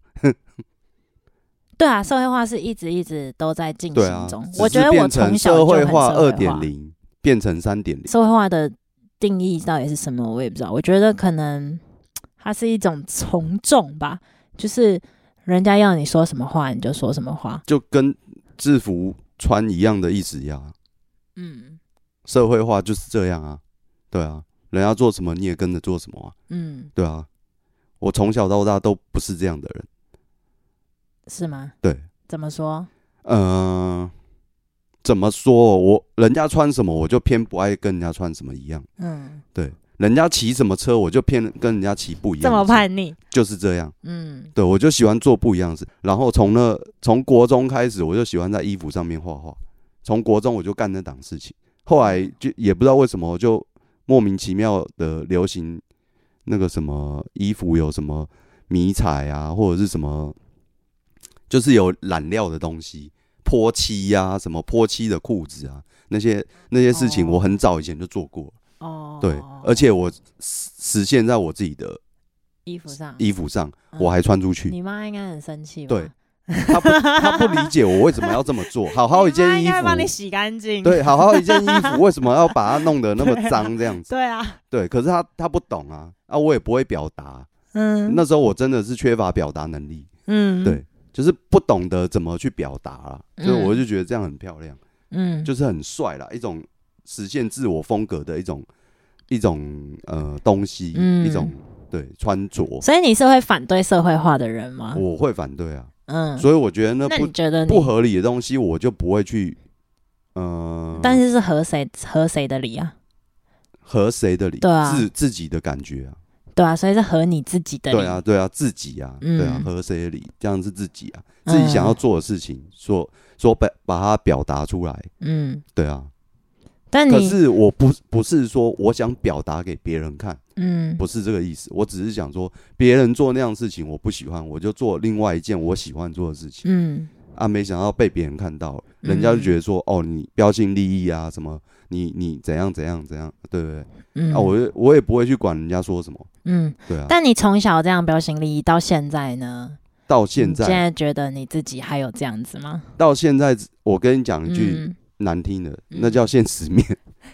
[SPEAKER 1] 对啊，社会化是一直一直都在进
[SPEAKER 2] 对啊
[SPEAKER 1] 行中。，
[SPEAKER 2] 只
[SPEAKER 1] 我
[SPEAKER 2] 是
[SPEAKER 1] 觉得我
[SPEAKER 2] 变
[SPEAKER 1] 从
[SPEAKER 2] 成
[SPEAKER 1] 小就很
[SPEAKER 2] 社会
[SPEAKER 1] 社会
[SPEAKER 2] 化
[SPEAKER 1] 化
[SPEAKER 2] 二点零，变成三点零，
[SPEAKER 1] 社会化的定义到底是什么，我也不知道。我觉得可能它是一种从众吧，就是人家要你说什么话你就说什么话。
[SPEAKER 2] 就跟制服穿一样的意思一样啊，
[SPEAKER 1] 嗯
[SPEAKER 2] 社会化就是这样啊，对啊，人家做什么你也跟着做什么啊，
[SPEAKER 1] 嗯，
[SPEAKER 2] 对啊，我从小到大都不是这样的人，
[SPEAKER 1] 是吗？
[SPEAKER 2] 对，
[SPEAKER 1] 怎么说？
[SPEAKER 2] 嗯，怎么说？我人家穿什么，我就偏不爱跟人家穿什么一样。
[SPEAKER 1] 嗯，
[SPEAKER 2] 对，人家骑什么车，我就偏跟人家骑不一
[SPEAKER 1] 这
[SPEAKER 2] 样。
[SPEAKER 1] 么，叛逆？
[SPEAKER 2] 就是这样。
[SPEAKER 1] 嗯，
[SPEAKER 2] 对，我就喜欢做不一样的事。然后从那从国中开始，我就喜欢在衣服上面画画。从国中我就干那档事情，后来就也不知道为什么，就莫名其妙的流行那个什么衣服有什么迷彩啊，或者是什么，就是有染料的东西，泼漆呀、什么泼漆的裤子啊，那些那些事情，
[SPEAKER 1] 哦
[SPEAKER 2] 我很早以前就做过了。
[SPEAKER 1] 哦，
[SPEAKER 2] 对，而且我实实现在我自己的
[SPEAKER 1] 衣服上，
[SPEAKER 2] 衣服上，
[SPEAKER 1] 嗯
[SPEAKER 2] 我还穿出 去。
[SPEAKER 1] 你妈应该很生气吧？
[SPEAKER 2] 对，他不 他不 理解我为什么要这么做。好好一
[SPEAKER 1] 你妈
[SPEAKER 2] 件衣
[SPEAKER 1] 应该帮你
[SPEAKER 2] 服，
[SPEAKER 1] 洗干净。
[SPEAKER 2] 对，好好一件衣服，为什么要把它弄得那么脏 这样子？
[SPEAKER 1] 对啊，
[SPEAKER 2] 对，可是他他不懂啊，啊，我也不会表达。
[SPEAKER 1] 嗯，
[SPEAKER 2] 那时候我真的是缺乏表达能力，
[SPEAKER 1] 嗯，
[SPEAKER 2] 对，就是不懂得怎么去表达啦，所
[SPEAKER 1] 嗯
[SPEAKER 2] 以我就觉得这样很漂亮，
[SPEAKER 1] 嗯，
[SPEAKER 2] 就是很帅啦，一种实现自我风格的一种一种呃东西，
[SPEAKER 1] 嗯
[SPEAKER 2] 一种对穿着，
[SPEAKER 1] 所以你是会反对社会化的人吗？
[SPEAKER 2] 我会反对啊，
[SPEAKER 1] 嗯，
[SPEAKER 2] 所以我觉得那
[SPEAKER 1] 那
[SPEAKER 2] 不
[SPEAKER 1] 你觉得你
[SPEAKER 2] 不合理的东西，我就不会去，呃，
[SPEAKER 1] 但是是合谁合谁的理啊？
[SPEAKER 2] 合谁的理？
[SPEAKER 1] 对啊
[SPEAKER 2] 自自己的感觉啊，
[SPEAKER 1] 对啊，所以是合你自己的理。
[SPEAKER 2] 对啊，对啊，自己啊，
[SPEAKER 1] 嗯
[SPEAKER 2] 对啊，合谁的理？这样是自己啊，
[SPEAKER 1] 嗯
[SPEAKER 2] 自己想要做的事情，说说把把它表达出来，
[SPEAKER 1] 嗯，
[SPEAKER 2] 对啊。
[SPEAKER 1] 但
[SPEAKER 2] 可
[SPEAKER 1] 你
[SPEAKER 2] 是我不不是说我想表达给别人看，
[SPEAKER 1] 嗯
[SPEAKER 2] 不是这个意思，我只是想说别人做那样的事情我不喜欢，我就做另外一件我喜欢做的事情。
[SPEAKER 1] 嗯
[SPEAKER 2] 啊，没想到被别人看到了，人家就觉得说，哦，你标新立异啊，什么，你你怎样怎样怎样，对不对？
[SPEAKER 1] 嗯
[SPEAKER 2] 啊，我就我也不会去管人家说什么，
[SPEAKER 1] 嗯，
[SPEAKER 2] 对啊。
[SPEAKER 1] 但你从小这样标新立异到现在呢？
[SPEAKER 2] 到现
[SPEAKER 1] 你现
[SPEAKER 2] 在，
[SPEAKER 1] 在觉得你自己还有这样子吗？
[SPEAKER 2] 到现在，我跟你讲一句
[SPEAKER 1] 嗯，
[SPEAKER 2] 难听的，
[SPEAKER 1] 嗯
[SPEAKER 2] 那叫现 实面。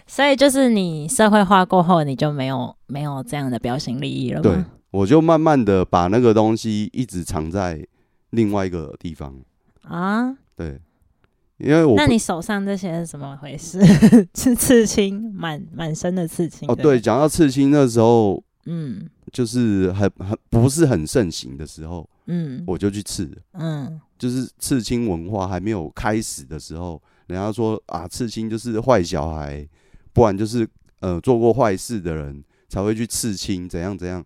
[SPEAKER 1] 所以就是你社会化过后，你就没有没有这样的标新立异了吗？
[SPEAKER 2] 对，我就慢慢的把那个东西一直藏在另外一个地方，
[SPEAKER 1] 啊，
[SPEAKER 2] 对，因为我哦
[SPEAKER 1] 那
[SPEAKER 2] 不
[SPEAKER 1] 你手上这些是怎么回事？ 是刺青，满满身的刺青。
[SPEAKER 2] 哦，对，
[SPEAKER 1] 不，
[SPEAKER 2] 讲到刺青那时候，
[SPEAKER 1] 嗯
[SPEAKER 2] 就是很很不是很盛行的时候，
[SPEAKER 1] 嗯
[SPEAKER 2] 我就去刺了。
[SPEAKER 1] 嗯
[SPEAKER 2] 就是刺青文化还没有开始的时候，人家说啊，刺青就是坏小孩，不然就是呃做过坏事的人才会去刺青，怎样怎样。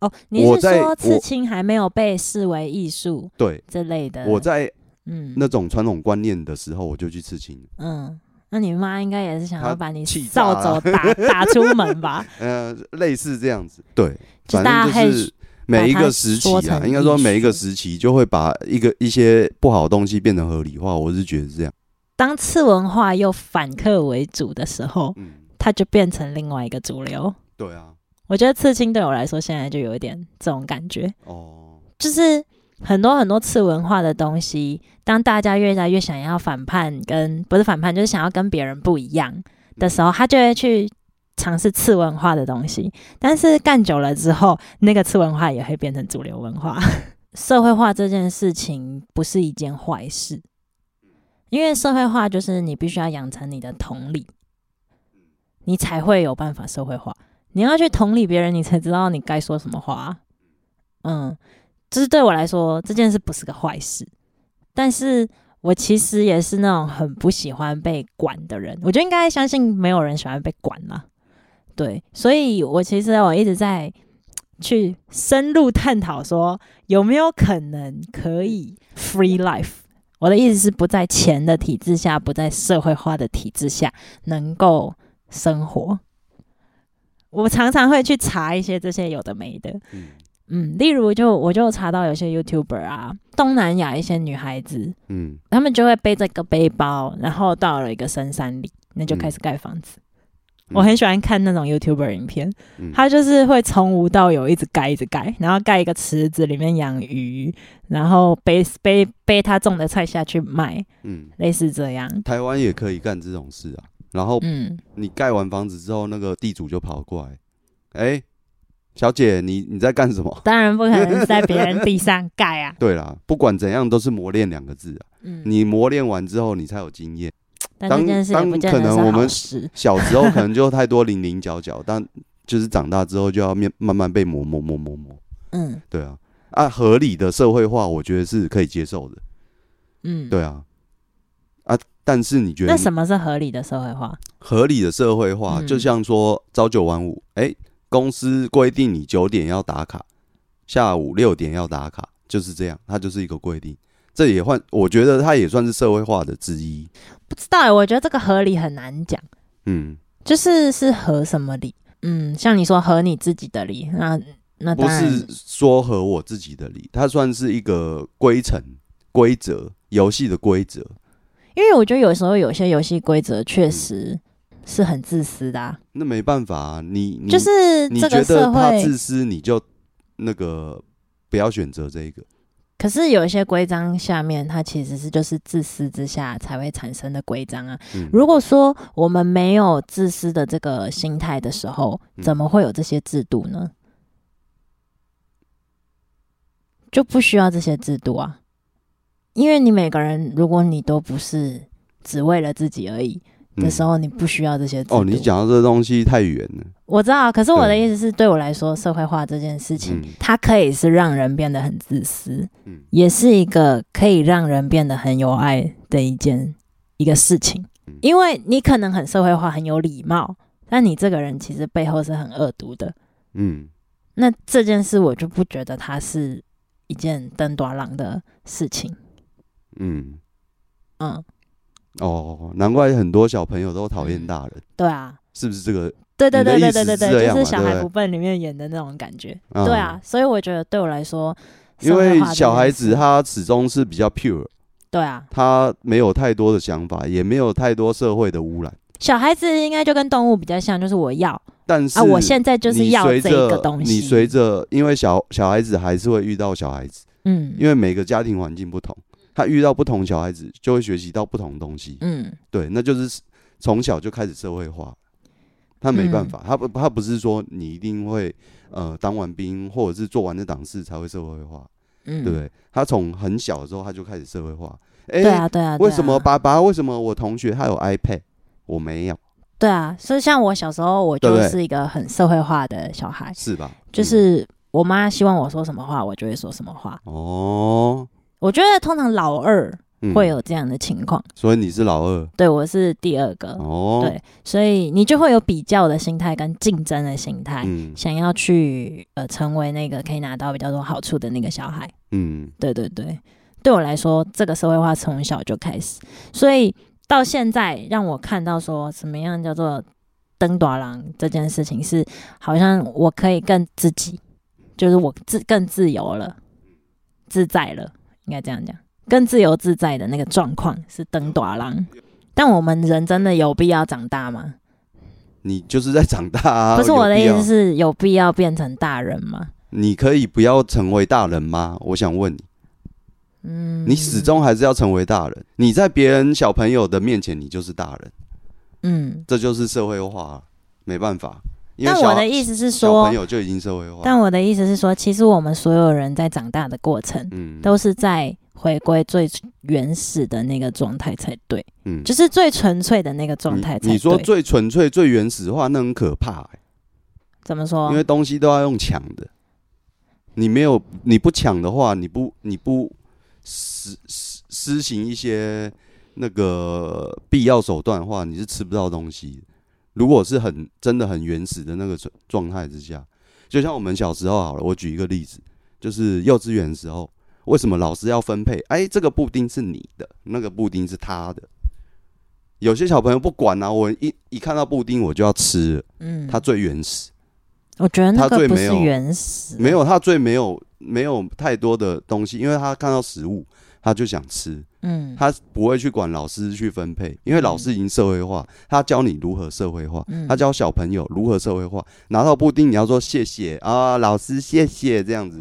[SPEAKER 1] 哦，你
[SPEAKER 2] 我
[SPEAKER 1] 是
[SPEAKER 2] 在
[SPEAKER 1] 说
[SPEAKER 2] 我
[SPEAKER 1] 刺青还没有被视为艺术
[SPEAKER 2] 对，
[SPEAKER 1] 这类的？
[SPEAKER 2] 我在
[SPEAKER 1] 嗯
[SPEAKER 2] 那种传统观念的时候，我就去刺青。
[SPEAKER 1] 嗯，那你妈应该也是想
[SPEAKER 2] 她
[SPEAKER 1] 要把你
[SPEAKER 2] 气
[SPEAKER 1] 扫
[SPEAKER 2] 炸
[SPEAKER 1] 走
[SPEAKER 2] 了
[SPEAKER 1] 打打出门吧？
[SPEAKER 2] 呃，类似这样子。对，
[SPEAKER 1] 就
[SPEAKER 2] 反
[SPEAKER 1] 大
[SPEAKER 2] 正
[SPEAKER 1] 家可
[SPEAKER 2] 就
[SPEAKER 1] 以
[SPEAKER 2] 是每一
[SPEAKER 1] 把
[SPEAKER 2] 个
[SPEAKER 1] 它
[SPEAKER 2] 时期
[SPEAKER 1] 说
[SPEAKER 2] 啊，
[SPEAKER 1] 成
[SPEAKER 2] 应该说
[SPEAKER 1] 艺
[SPEAKER 2] 每一个
[SPEAKER 1] 术
[SPEAKER 2] 时期就会把一个一些不好的东西变成合理化。我是觉得是这样。
[SPEAKER 1] 当次文化又反客为主的时候，
[SPEAKER 2] 嗯，
[SPEAKER 1] 它就变成另外一个主流。
[SPEAKER 2] 对啊，
[SPEAKER 1] 我觉得刺青对我来说现在就有一点这种感觉，
[SPEAKER 2] 哦，
[SPEAKER 1] 就是很多很多次文化的东西，当大家越来越想要反叛跟不是反叛，就是想要跟别人不一样的时候，他就会去尝试次文化的东西。但是干久了之后，那个次文化也会变成主流文化。社会化这件事情不是一件坏事，因为社会化就是你必须要养成你的同理，你才会有办法社会化。你要去同理别人，你才知道你该说什么话啊。嗯，就是对我来说，这件事不是个坏事，但是我其实也是那种很不喜欢被管的人。我觉得应该相信没有人喜欢被管啦。对，所以我其实我一直在去深入探讨说，有没有可能可以 free life。我的意思是，不在钱的体制下，不在社会化的体制下，能够生活。我常常会去查一些这些有的没的，
[SPEAKER 2] 嗯
[SPEAKER 1] 嗯，例如就我就查到有些 YouTuber 啊，东南亚一些女孩子，
[SPEAKER 2] 嗯，
[SPEAKER 1] 她们就会背着个背包，然后到了一个深山里，那就开始盖房子。
[SPEAKER 2] 嗯
[SPEAKER 1] 我很喜欢看那种 YouTuber 影片，
[SPEAKER 2] 嗯
[SPEAKER 1] 他就是会从无到有，一直盖，一直盖，然后盖一个池子，里面养鱼，然后背背背他种的菜下去卖，
[SPEAKER 2] 嗯，
[SPEAKER 1] 类似这样。
[SPEAKER 2] 台湾也可以干这种事啊。然后
[SPEAKER 1] 嗯，
[SPEAKER 2] 你盖完房子之后，那个地主就跑过来，哎、小姐，你你在干什么？。
[SPEAKER 1] 当然不可能是在别人地上盖啊
[SPEAKER 2] 对啦，不管怎样都是磨练两个字啊。
[SPEAKER 1] 嗯，
[SPEAKER 2] 你磨练完之后，你才有经验。
[SPEAKER 1] 但这件事也不见得
[SPEAKER 2] 当
[SPEAKER 1] 是
[SPEAKER 2] 当可能我
[SPEAKER 1] 好
[SPEAKER 2] 们
[SPEAKER 1] 事。
[SPEAKER 2] 小时候可能就太多零零角角， 但就是长大之后就要面慢慢被磨磨磨磨磨。
[SPEAKER 1] 嗯
[SPEAKER 2] 对啊，啊，合理的社会化，我觉得是可以接受的。
[SPEAKER 1] 嗯，
[SPEAKER 2] 对啊，啊，但是你觉得
[SPEAKER 1] 那什么是合理的社会化？
[SPEAKER 2] 合理的社会化，
[SPEAKER 1] 嗯
[SPEAKER 2] 就像说朝九晚五，哎、公司规定你九点要打卡，下午六点要打卡，就是这样，它就是一个规定。这也换，我觉得它也算是社会化的之一。
[SPEAKER 1] 不知道欸我觉得这个合理很难讲，
[SPEAKER 2] 嗯，
[SPEAKER 1] 就是是合什么理？嗯，像你说合你自己的理，那那
[SPEAKER 2] 不
[SPEAKER 1] 呃当然
[SPEAKER 2] 是说合我自己的理，它算是一个规程、规则、游戏的规则。
[SPEAKER 1] 因为我觉得有时候有些游戏规则确
[SPEAKER 2] 嗯
[SPEAKER 1] 实是很自私的、啊，
[SPEAKER 2] 那没办法、啊，你你
[SPEAKER 1] 就是
[SPEAKER 2] 你
[SPEAKER 1] 这
[SPEAKER 2] 觉
[SPEAKER 1] 个
[SPEAKER 2] 得
[SPEAKER 1] 社
[SPEAKER 2] 他
[SPEAKER 1] 会，
[SPEAKER 2] 自私，你就那个不要选择这一个。
[SPEAKER 1] 可是有一些规章下面，它其实是就是自私之下才会产生的规章啊。
[SPEAKER 2] 嗯，
[SPEAKER 1] 如果说我们没有自私的这个心态的时候，
[SPEAKER 2] 嗯
[SPEAKER 1] 怎么会有这些制度呢？就不需要这些制度啊，因为你每个人，如果你都不是只为了自己而已的时
[SPEAKER 2] 嗯、
[SPEAKER 1] 候，你不需要这些制度。
[SPEAKER 2] 哦，你讲到这东西太远了。
[SPEAKER 1] 我知道，啊可是我的
[SPEAKER 2] 对
[SPEAKER 1] 意思是，对我来说，社会化这件事情，
[SPEAKER 2] 嗯
[SPEAKER 1] 它可以是让人变得很自私，
[SPEAKER 2] 嗯
[SPEAKER 1] 也是一个可以让人变得很有爱的一件一个事情
[SPEAKER 2] 嗯。
[SPEAKER 1] 因为你可能很社会化、很有礼貌，但你这个人其实背后是很恶毒的。
[SPEAKER 2] 嗯，
[SPEAKER 1] 那这件事，我就不觉得它是一件登短郎的事情。
[SPEAKER 2] 嗯，
[SPEAKER 1] 嗯，
[SPEAKER 2] 哦，难怪很多小朋友都讨厌大人，
[SPEAKER 1] 对啊，
[SPEAKER 2] 是不是这个？
[SPEAKER 1] 对对对
[SPEAKER 2] 你的
[SPEAKER 1] 对
[SPEAKER 2] 意思
[SPEAKER 1] 对对
[SPEAKER 2] 是这
[SPEAKER 1] 对，
[SPEAKER 2] 样
[SPEAKER 1] 就
[SPEAKER 2] 嘛
[SPEAKER 1] 是《小
[SPEAKER 2] 对
[SPEAKER 1] 孩
[SPEAKER 2] 不对
[SPEAKER 1] 不笨》里面演的那种感觉。
[SPEAKER 2] 嗯
[SPEAKER 1] 对啊，，所以我觉得对我来说，
[SPEAKER 2] 因
[SPEAKER 1] 社会
[SPEAKER 2] 为
[SPEAKER 1] 化这
[SPEAKER 2] 小
[SPEAKER 1] 件
[SPEAKER 2] 孩
[SPEAKER 1] 事
[SPEAKER 2] 子他始终是比较 pure，
[SPEAKER 1] 对啊，
[SPEAKER 2] 他没有太多的想法，也没有太多社会的污染。
[SPEAKER 1] 小孩子应该就跟动物比较像，就是我要
[SPEAKER 2] 但是
[SPEAKER 1] 啊，我现在就是要
[SPEAKER 2] 你
[SPEAKER 1] 这
[SPEAKER 2] 随
[SPEAKER 1] 一个
[SPEAKER 2] 着
[SPEAKER 1] 东西。
[SPEAKER 2] 你随着，因为小小孩子还是会遇到小孩子，
[SPEAKER 1] 嗯，
[SPEAKER 2] 因为每个家庭环境不同，他遇到不同小孩子就会学习到不同东西。
[SPEAKER 1] 嗯
[SPEAKER 2] 对，那就是从小就开始社会化。他没
[SPEAKER 1] 嗯
[SPEAKER 2] 办法，他不，他不是说你一定会呃当完兵或者是做完这档事才会社会化，
[SPEAKER 1] 嗯，
[SPEAKER 2] 对不对？他从很小的时候他就开始社会化。哎、
[SPEAKER 1] 对啊对啊，对啊
[SPEAKER 2] 为什么？爸爸？为什么我同学他有 iPad，我没有？
[SPEAKER 1] 对啊，所以像我小时候，我
[SPEAKER 2] 对
[SPEAKER 1] 就
[SPEAKER 2] 不对
[SPEAKER 1] 是一个很社会化的小孩，
[SPEAKER 2] 是吧？
[SPEAKER 1] 就是我妈希望我说什么话，我就会说什么话。
[SPEAKER 2] 嗯哦，
[SPEAKER 1] 我觉得通常老二
[SPEAKER 2] 嗯
[SPEAKER 1] 会，有这样的情况，
[SPEAKER 2] 所以你是老二
[SPEAKER 1] 对我是第二个，
[SPEAKER 2] 嗯哦，
[SPEAKER 1] 对，所以你就会有比较的心态跟竞争的心态，
[SPEAKER 2] 嗯
[SPEAKER 1] 想要去呃成为那个可以拿到比较多好处的那个小孩。
[SPEAKER 2] 嗯
[SPEAKER 1] 对对对，对我来说，这个社会化从小就开始，所以到现在让我看到说什么样叫做登短郎这件事情是，好像我可以更自己，就是我自更自由了，自在了，应该这样讲，更自由自在的那个状况是登短郎。但我们人真的有必要长大吗？
[SPEAKER 2] 你就是在长大啊。
[SPEAKER 1] 不是
[SPEAKER 2] 有
[SPEAKER 1] 我的
[SPEAKER 2] 必
[SPEAKER 1] 意
[SPEAKER 2] 要
[SPEAKER 1] 思，是有必要变成大人吗？
[SPEAKER 2] 你可以不要成为大人吗？我想问你，
[SPEAKER 1] 嗯，
[SPEAKER 2] 你始终还是要成为大人。你在别人小朋友的面前，你就是大人，
[SPEAKER 1] 嗯，
[SPEAKER 2] 这就是社会化，没办法。因为
[SPEAKER 1] 但
[SPEAKER 2] 小
[SPEAKER 1] 我的意思是
[SPEAKER 2] 小
[SPEAKER 1] 说
[SPEAKER 2] 朋，友就已经社会化，
[SPEAKER 1] 但我的意思是说，其实我们所有人在长大的过程，
[SPEAKER 2] 嗯
[SPEAKER 1] 都是在回归最原始的那个状态才对，
[SPEAKER 2] 嗯
[SPEAKER 1] 就是最纯粹的那个状态才对。
[SPEAKER 2] 你。你说最纯粹、最原始化，那很可怕、欸
[SPEAKER 1] 怎么说
[SPEAKER 2] 因？为东西都要用抢的。你没有，你不抢的话，你不你不施施施行一些那个必要手段的话，你是吃不到东西的。如果是很真的很原始的那个状状态之下，就像我们小时候好了，我举一个例子，就是幼稚园的时候，为什么老师要分配？哎，这个布丁是你的，那个布丁是他的。有些小朋友不管啊，我一一看到布丁我就要吃了
[SPEAKER 1] 嗯，
[SPEAKER 2] 他最原始。
[SPEAKER 1] 我觉得那
[SPEAKER 2] 他最
[SPEAKER 1] 个不
[SPEAKER 2] 没
[SPEAKER 1] 是
[SPEAKER 2] 有
[SPEAKER 1] 原始，
[SPEAKER 2] 没有，他最没有没有太多的东西，因为他看到食物，他就想吃，
[SPEAKER 1] 嗯，
[SPEAKER 2] 他不会去管老师去分配，因为老师已经社会化，他教你如何社会化，
[SPEAKER 1] 嗯
[SPEAKER 2] 他教小朋友如何社会化。拿到布丁，你要说谢谢啊，老师谢谢这样子，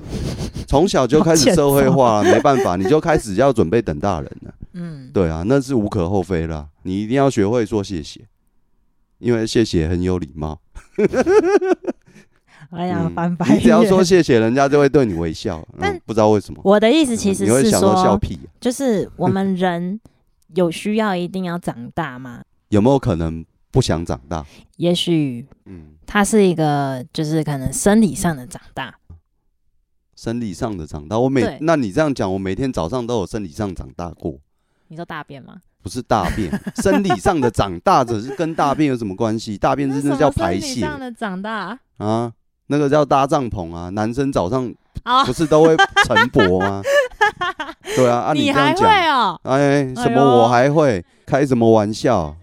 [SPEAKER 2] 从小就开始社会化了，没办法，你就开始要准备等大人了。
[SPEAKER 1] 嗯，
[SPEAKER 2] 对啊，那是无可厚非啦，你一定要学会说谢谢，因为谢谢很有礼貌。
[SPEAKER 1] 我想
[SPEAKER 2] 嗯
[SPEAKER 1] 翻白
[SPEAKER 2] 你只要
[SPEAKER 1] 眼
[SPEAKER 2] 说谢谢，人家就会对你微笑。
[SPEAKER 1] 但
[SPEAKER 2] 嗯、不知道为什么，
[SPEAKER 1] 我的意思其实
[SPEAKER 2] 嗯你会
[SPEAKER 1] 是
[SPEAKER 2] 想说笑
[SPEAKER 1] 说，
[SPEAKER 2] 屁啊、
[SPEAKER 1] 就是我们人有需要一定要长大吗？
[SPEAKER 2] 有没有可能不想长大？
[SPEAKER 1] 也许
[SPEAKER 2] 嗯，
[SPEAKER 1] 它是一个，就是可能生理上的长大，
[SPEAKER 2] 生理上的长大，我每
[SPEAKER 1] 对
[SPEAKER 2] 那你这样讲，我每天早上都有生理上长大过，
[SPEAKER 1] 你说大便吗？
[SPEAKER 2] 不是大 便，生理上的长大只是跟大便有什么关系？大便是那叫排泄
[SPEAKER 1] 上的长大
[SPEAKER 2] 啊，那个叫搭帐篷啊，男生早上
[SPEAKER 1] 哦
[SPEAKER 2] 不，是 都会晨勃吗？对 啊，按这样
[SPEAKER 1] 还
[SPEAKER 2] 讲，
[SPEAKER 1] 会哦，
[SPEAKER 2] 哎，什
[SPEAKER 1] 哎
[SPEAKER 2] 么
[SPEAKER 1] 呦
[SPEAKER 2] 我还会开什么玩 笑？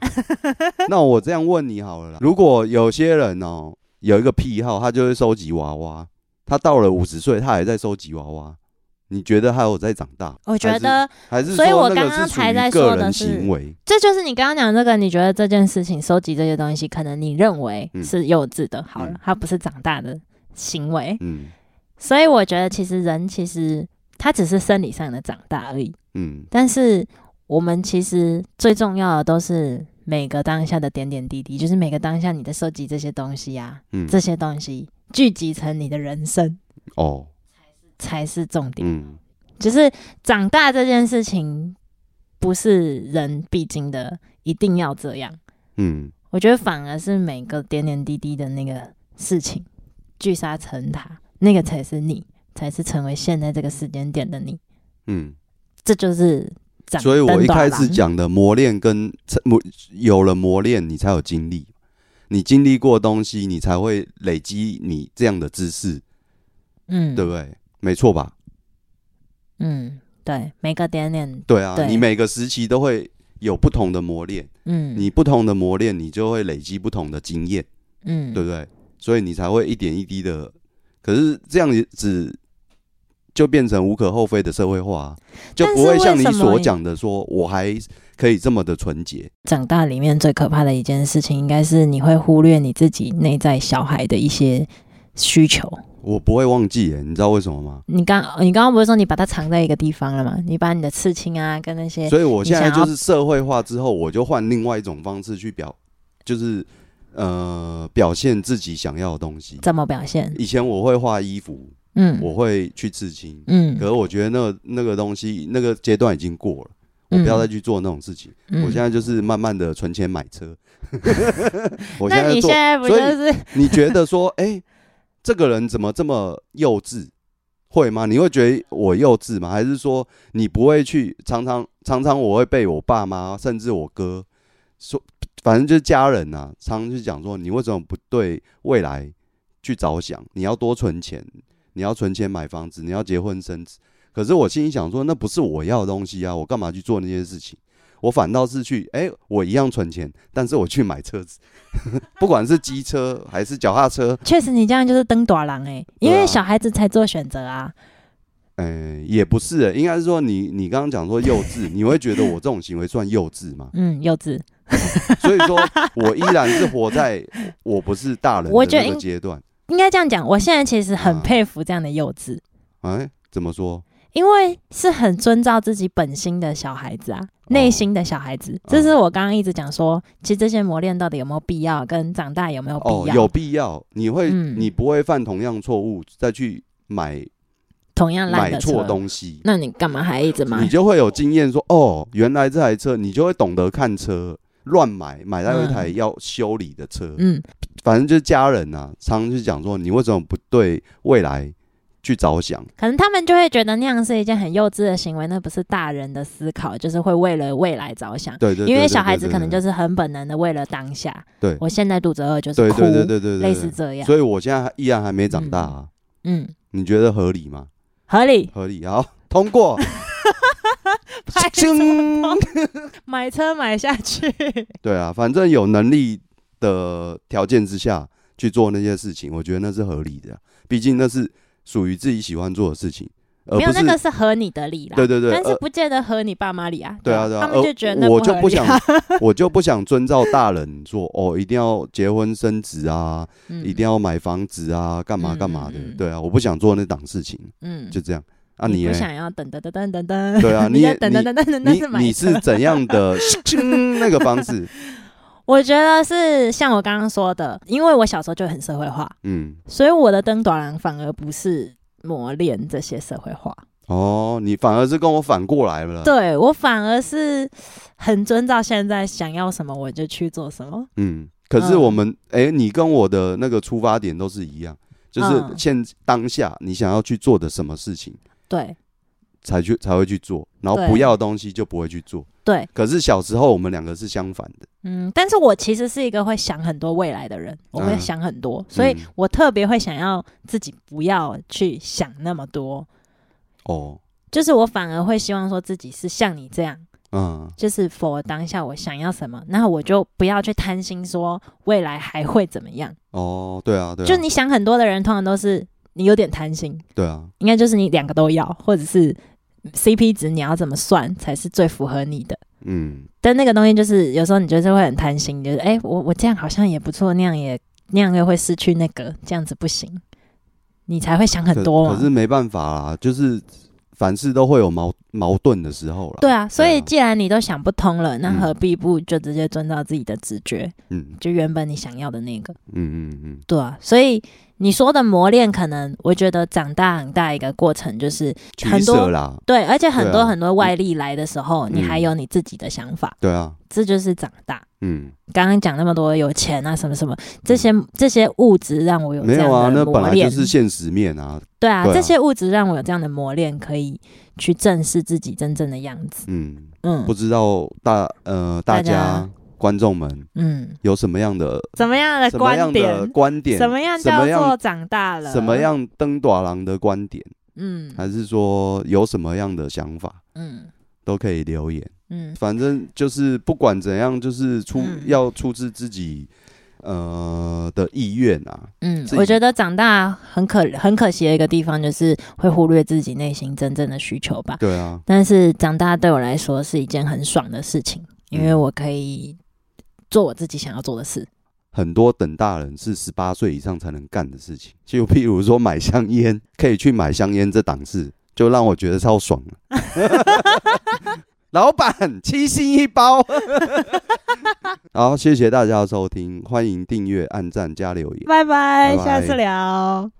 [SPEAKER 2] 那我这样问你好了啦，如果有些人哦有一个癖好，他就会收集娃娃，他到了五十岁，他还在收集娃娃，你觉得他有在长大？
[SPEAKER 1] 我觉得
[SPEAKER 2] 还是还是
[SPEAKER 1] 所以
[SPEAKER 2] 说
[SPEAKER 1] 我
[SPEAKER 2] 那个
[SPEAKER 1] 刚刚
[SPEAKER 2] 是属
[SPEAKER 1] 才
[SPEAKER 2] 于
[SPEAKER 1] 在
[SPEAKER 2] 个
[SPEAKER 1] 说的
[SPEAKER 2] 人
[SPEAKER 1] 是
[SPEAKER 2] 行为，
[SPEAKER 1] 这就是你刚刚讲这个，你觉得这件事情收集这些东西，可能你认为
[SPEAKER 2] 嗯
[SPEAKER 1] 是幼稚的，好了
[SPEAKER 2] 嗯，
[SPEAKER 1] 它不是长大的行为，
[SPEAKER 2] 嗯
[SPEAKER 1] 所以我觉得其实人其实他只是生理上的长大而已，
[SPEAKER 2] 嗯
[SPEAKER 1] 但是我们其实最重要的都是每个当下的点点滴滴，就是每个当下你在收集这些东西呀、
[SPEAKER 2] 嗯，
[SPEAKER 1] 这些东西聚集成你的人生
[SPEAKER 2] 哦，
[SPEAKER 1] 才是重点。
[SPEAKER 2] 嗯
[SPEAKER 1] 就是长大这件事情，不是人必经的，一定要这样。
[SPEAKER 2] 嗯，
[SPEAKER 1] 我觉得反而是每个点点滴滴的那个事情聚沙成塔，那个才是你，才是成为现在这个时间点的你。
[SPEAKER 2] 嗯，
[SPEAKER 1] 这就是长。
[SPEAKER 2] 所以我一开始
[SPEAKER 1] 灯短郎，
[SPEAKER 2] 讲的磨练跟磨有了磨练，你才有经历，你经历过东西，你才会累积你这样的知识，
[SPEAKER 1] 嗯，
[SPEAKER 2] 对不对？没错吧？
[SPEAKER 1] 嗯，对，每个点点，
[SPEAKER 2] 对啊，
[SPEAKER 1] 对
[SPEAKER 2] 你每个时期都会有不同的磨练，
[SPEAKER 1] 嗯，
[SPEAKER 2] 你不同的磨练，你就会累积不同的经验，
[SPEAKER 1] 嗯，
[SPEAKER 2] 对不对？所以你才会一点一滴的，可是这样子就变成无可厚非的社会化啊、就
[SPEAKER 1] 但是
[SPEAKER 2] 不会像
[SPEAKER 1] 为
[SPEAKER 2] 你
[SPEAKER 1] 什么
[SPEAKER 2] 所
[SPEAKER 1] 你
[SPEAKER 2] 讲的说，我还可以这么的纯洁。
[SPEAKER 1] 长大里面最可怕的一件事情，应该是你会忽略你自己内在小孩的一些需求。
[SPEAKER 2] 我不会忘记耶，你知道为什么吗？
[SPEAKER 1] 你刚你刚刚不是说你把它藏在一个地方了吗？你把你的刺青啊跟那些
[SPEAKER 2] 所以我现在
[SPEAKER 1] 你想
[SPEAKER 2] 就
[SPEAKER 1] 要
[SPEAKER 2] 是社会化之后，我就换另外一种方式去表，就是呃表现自己想要的东西。
[SPEAKER 1] 怎么表现？
[SPEAKER 2] 以前我会画衣服，
[SPEAKER 1] 嗯，
[SPEAKER 2] 我会去刺青，
[SPEAKER 1] 嗯
[SPEAKER 2] 可，是我觉得那个那个东西那个阶段已经过了，我不要再去做那种事情。
[SPEAKER 1] 嗯。
[SPEAKER 2] 我现在就是慢慢的存钱买车。 我现
[SPEAKER 1] 那
[SPEAKER 2] 在
[SPEAKER 1] 你
[SPEAKER 2] 做
[SPEAKER 1] 现，在不就是
[SPEAKER 2] 你觉得说，哎、这个人怎么这么幼稚？会吗？你会觉得我幼稚吗？还是说你不会去？常常常常我会被我爸妈甚至我哥说，反正就是家人呐、啊，常常就讲说你为什么不对未来去着想？你要多存钱，你要存钱买房子，你要结婚生子。可是我心里想说，那不是我要的东西啊，我干嘛去做那些事情？我反倒是去，哎、我一样存钱，但是我去买车子，不管是机车还是脚踏车，
[SPEAKER 1] 确实你这样就是登短郎哎，因
[SPEAKER 2] 啊
[SPEAKER 1] 为小孩子才做选择啊。
[SPEAKER 2] 嗯、也不是、应该是说你你刚刚讲说幼稚，你会觉得我这种行为算幼稚 吗？
[SPEAKER 1] 嗯，幼稚。
[SPEAKER 2] 所以说我依然是活在我不是大人
[SPEAKER 1] 我
[SPEAKER 2] 的
[SPEAKER 1] 觉得
[SPEAKER 2] 那个
[SPEAKER 1] 应
[SPEAKER 2] 阶段，
[SPEAKER 1] 应该这样讲，我现在其实很
[SPEAKER 2] 啊
[SPEAKER 1] 佩服这样的幼稚，
[SPEAKER 2] 哎，怎么说？
[SPEAKER 1] 因为是很遵照自己本心的小孩子啊，
[SPEAKER 2] 哦
[SPEAKER 1] 内心的小孩子。这是我刚刚一直讲说，其实这些磨练到底有没有必要，跟长大有没有
[SPEAKER 2] 哦
[SPEAKER 1] 必，要？
[SPEAKER 2] 有必要，你会，
[SPEAKER 1] 嗯
[SPEAKER 2] 你不会犯同样错误，再去买
[SPEAKER 1] 同样烂
[SPEAKER 2] 买
[SPEAKER 1] 的
[SPEAKER 2] 错
[SPEAKER 1] 车，嗯
[SPEAKER 2] 东西，
[SPEAKER 1] 那你干嘛还一直
[SPEAKER 2] 你
[SPEAKER 1] 买？
[SPEAKER 2] 就会有经验说，哦，原来这台车，你就会懂得看车，乱买买到一台
[SPEAKER 1] 嗯
[SPEAKER 2] 要修理的车，
[SPEAKER 1] 嗯，
[SPEAKER 2] 反正就是家人啊，常常就讲说，你为什么不对未来去着想？
[SPEAKER 1] 可能他们就会觉得那样是一件很幼稚的行为，那不是大人的思考，就是会为了未来着想。
[SPEAKER 2] 对对
[SPEAKER 1] 因为小孩子可能就是是很本能的为了当下，
[SPEAKER 2] 对
[SPEAKER 1] 我现在肚子饿就是
[SPEAKER 2] 对
[SPEAKER 1] 哭，
[SPEAKER 2] 对对对对，对
[SPEAKER 1] 类似这样，
[SPEAKER 2] 所以我现在还依然还没长大、啊，
[SPEAKER 1] 嗯，
[SPEAKER 2] 你觉得合理吗？
[SPEAKER 1] 合理。
[SPEAKER 2] 合理，好，通过。
[SPEAKER 1] 拍什么东西买车买下去，
[SPEAKER 2] 对啊，反正有能力的条件之下去做那些事情，我觉得那是合理的啊。毕竟那是属于自己喜欢做的事情，而
[SPEAKER 1] 没有
[SPEAKER 2] 呃不
[SPEAKER 1] 那
[SPEAKER 2] 是
[SPEAKER 1] 个是合你的理啦。
[SPEAKER 2] 对对对
[SPEAKER 1] 但是
[SPEAKER 2] 呃
[SPEAKER 1] 不见得合你爸妈理啊。
[SPEAKER 2] 对啊
[SPEAKER 1] 吧
[SPEAKER 2] 对啊，
[SPEAKER 1] 他们就
[SPEAKER 2] 呃
[SPEAKER 1] 觉得那
[SPEAKER 2] 我
[SPEAKER 1] 合
[SPEAKER 2] 就不
[SPEAKER 1] 理啊
[SPEAKER 2] 想， 我就不想遵照大人做哦，一定要结婚生子啊，
[SPEAKER 1] 嗯
[SPEAKER 2] 一定要买房子啊，干嘛干嘛的
[SPEAKER 1] 嗯嗯嗯。
[SPEAKER 2] 对啊，我不想做那档事情，
[SPEAKER 1] 嗯，
[SPEAKER 2] 就这样。啊，
[SPEAKER 1] 你
[SPEAKER 2] 呢
[SPEAKER 1] 不？想要等等等等等等，
[SPEAKER 2] 对啊你
[SPEAKER 1] 在
[SPEAKER 2] 也
[SPEAKER 1] 等等等等等等
[SPEAKER 2] 你
[SPEAKER 1] 是买
[SPEAKER 2] 你是
[SPEAKER 1] 车
[SPEAKER 2] 怎样的 那个方式？
[SPEAKER 1] 我觉得是像我刚刚说的，因为我小时候就很社会化，
[SPEAKER 2] 嗯，
[SPEAKER 1] 所以我的灯短郎反而不是磨练这些社会化，
[SPEAKER 2] 哦，你反而是跟我反过来了。
[SPEAKER 1] 对我反而是很遵照现在想要什么我就去做什么。
[SPEAKER 2] 嗯，可是
[SPEAKER 1] 嗯
[SPEAKER 2] 我们哎、诶你跟我的那个出发点都是一样，就是
[SPEAKER 1] 嗯
[SPEAKER 2] 现当下你想要去做的什么事情
[SPEAKER 1] 对
[SPEAKER 2] 才去才会去做，然后
[SPEAKER 1] 对
[SPEAKER 2] 不要的东西就不会去做。
[SPEAKER 1] 对，
[SPEAKER 2] 可是小时候我们两个是相反的，
[SPEAKER 1] 嗯，但是我其实是一个会想很多未来的人，我会
[SPEAKER 2] 嗯
[SPEAKER 1] 想很多，所以
[SPEAKER 2] 嗯
[SPEAKER 1] 我特别会想要自己不要去想那么多，
[SPEAKER 2] 哦，
[SPEAKER 1] 就是我反而会希望说自己是像你这样，
[SPEAKER 2] 嗯，
[SPEAKER 1] 就是否当下我想要什么，那我就不要去贪心说未来还会怎么样。
[SPEAKER 2] 哦，对啊，对啊，
[SPEAKER 1] 就你想很多的人，通常都是你有点贪心，
[SPEAKER 2] 对啊，
[SPEAKER 1] 应该就是你两个都要，或者是 CP 值你要怎么算才是最符合你的。
[SPEAKER 2] 嗯，
[SPEAKER 1] 但那个东西就是有时候你就是会很贪心，就是哎、诶我我这样好像也不错，那样也那样又会失去那个，这样子不行，你才会想很
[SPEAKER 2] 可
[SPEAKER 1] 多啊
[SPEAKER 2] 可是
[SPEAKER 1] 嘛。
[SPEAKER 2] 没办法啦，就是凡事都会有矛矛盾的时候啦。
[SPEAKER 1] 对，啊，所
[SPEAKER 2] 对
[SPEAKER 1] 以
[SPEAKER 2] 啊
[SPEAKER 1] 既然你都想不通了，那
[SPEAKER 2] 嗯
[SPEAKER 1] 何必不就直接遵照自己的直觉，
[SPEAKER 2] 嗯
[SPEAKER 1] 就原本你想要的那个？
[SPEAKER 2] 嗯嗯嗯，
[SPEAKER 1] 对啊，所以你说的磨练，可能我觉得长大很大一个过程就是
[SPEAKER 2] 取
[SPEAKER 1] 很
[SPEAKER 2] 舍
[SPEAKER 1] 多
[SPEAKER 2] 啦，
[SPEAKER 1] 对，而且很
[SPEAKER 2] 对
[SPEAKER 1] 多
[SPEAKER 2] 啊
[SPEAKER 1] 很多外力来的时候，你
[SPEAKER 2] 嗯
[SPEAKER 1] 还有你自己的想法，
[SPEAKER 2] 对啊，
[SPEAKER 1] 这就是长大。
[SPEAKER 2] 嗯，
[SPEAKER 1] 刚刚讲那么多有钱啊，什么什么，这些这些物质让我有
[SPEAKER 2] 没
[SPEAKER 1] 这
[SPEAKER 2] 有啊，
[SPEAKER 1] 样
[SPEAKER 2] 那
[SPEAKER 1] 的
[SPEAKER 2] 本
[SPEAKER 1] 磨
[SPEAKER 2] 来
[SPEAKER 1] 练，
[SPEAKER 2] 就是现实面啊，
[SPEAKER 1] 对啊，
[SPEAKER 2] 对啊
[SPEAKER 1] 这些物质让我有这样的磨练，可以去正视自己真正的样子。
[SPEAKER 2] 嗯。
[SPEAKER 1] 嗯
[SPEAKER 2] 不知道大呃大
[SPEAKER 1] 大家
[SPEAKER 2] 家观众们
[SPEAKER 1] 嗯，
[SPEAKER 2] 有什么样的
[SPEAKER 1] 怎么样的
[SPEAKER 2] 什么
[SPEAKER 1] 呃观
[SPEAKER 2] 样的
[SPEAKER 1] 点？
[SPEAKER 2] 观点，
[SPEAKER 1] 什么样
[SPEAKER 2] 什么
[SPEAKER 1] 叫做
[SPEAKER 2] 样
[SPEAKER 1] 长大了？
[SPEAKER 2] 什么？样登短郎的观点，
[SPEAKER 1] 嗯
[SPEAKER 2] 还是说有什么样的想法，
[SPEAKER 1] 嗯
[SPEAKER 2] 都可以留言。
[SPEAKER 1] 嗯，
[SPEAKER 2] 反正就是不管怎样，就是出
[SPEAKER 1] 嗯
[SPEAKER 2] 要出自自己呃的意愿啊。
[SPEAKER 1] 嗯
[SPEAKER 2] 自，己
[SPEAKER 1] 我觉得长大很可很可惜的一个地方，就是会忽略自己内心真正的需求吧。
[SPEAKER 2] 对啊，
[SPEAKER 1] 但是长大对我来说是一件很爽的事情，因为我可以做我自己想要做的事。
[SPEAKER 2] 很多等大人是十八岁以上才能干的事情，就譬如说买香烟，可以去买香烟这档事，就让我觉得超爽了。老板，七星一包。 好，谢谢大家的收听，欢迎订阅、按赞、加留言。
[SPEAKER 1] 拜拜，
[SPEAKER 2] 拜拜
[SPEAKER 1] 下次聊。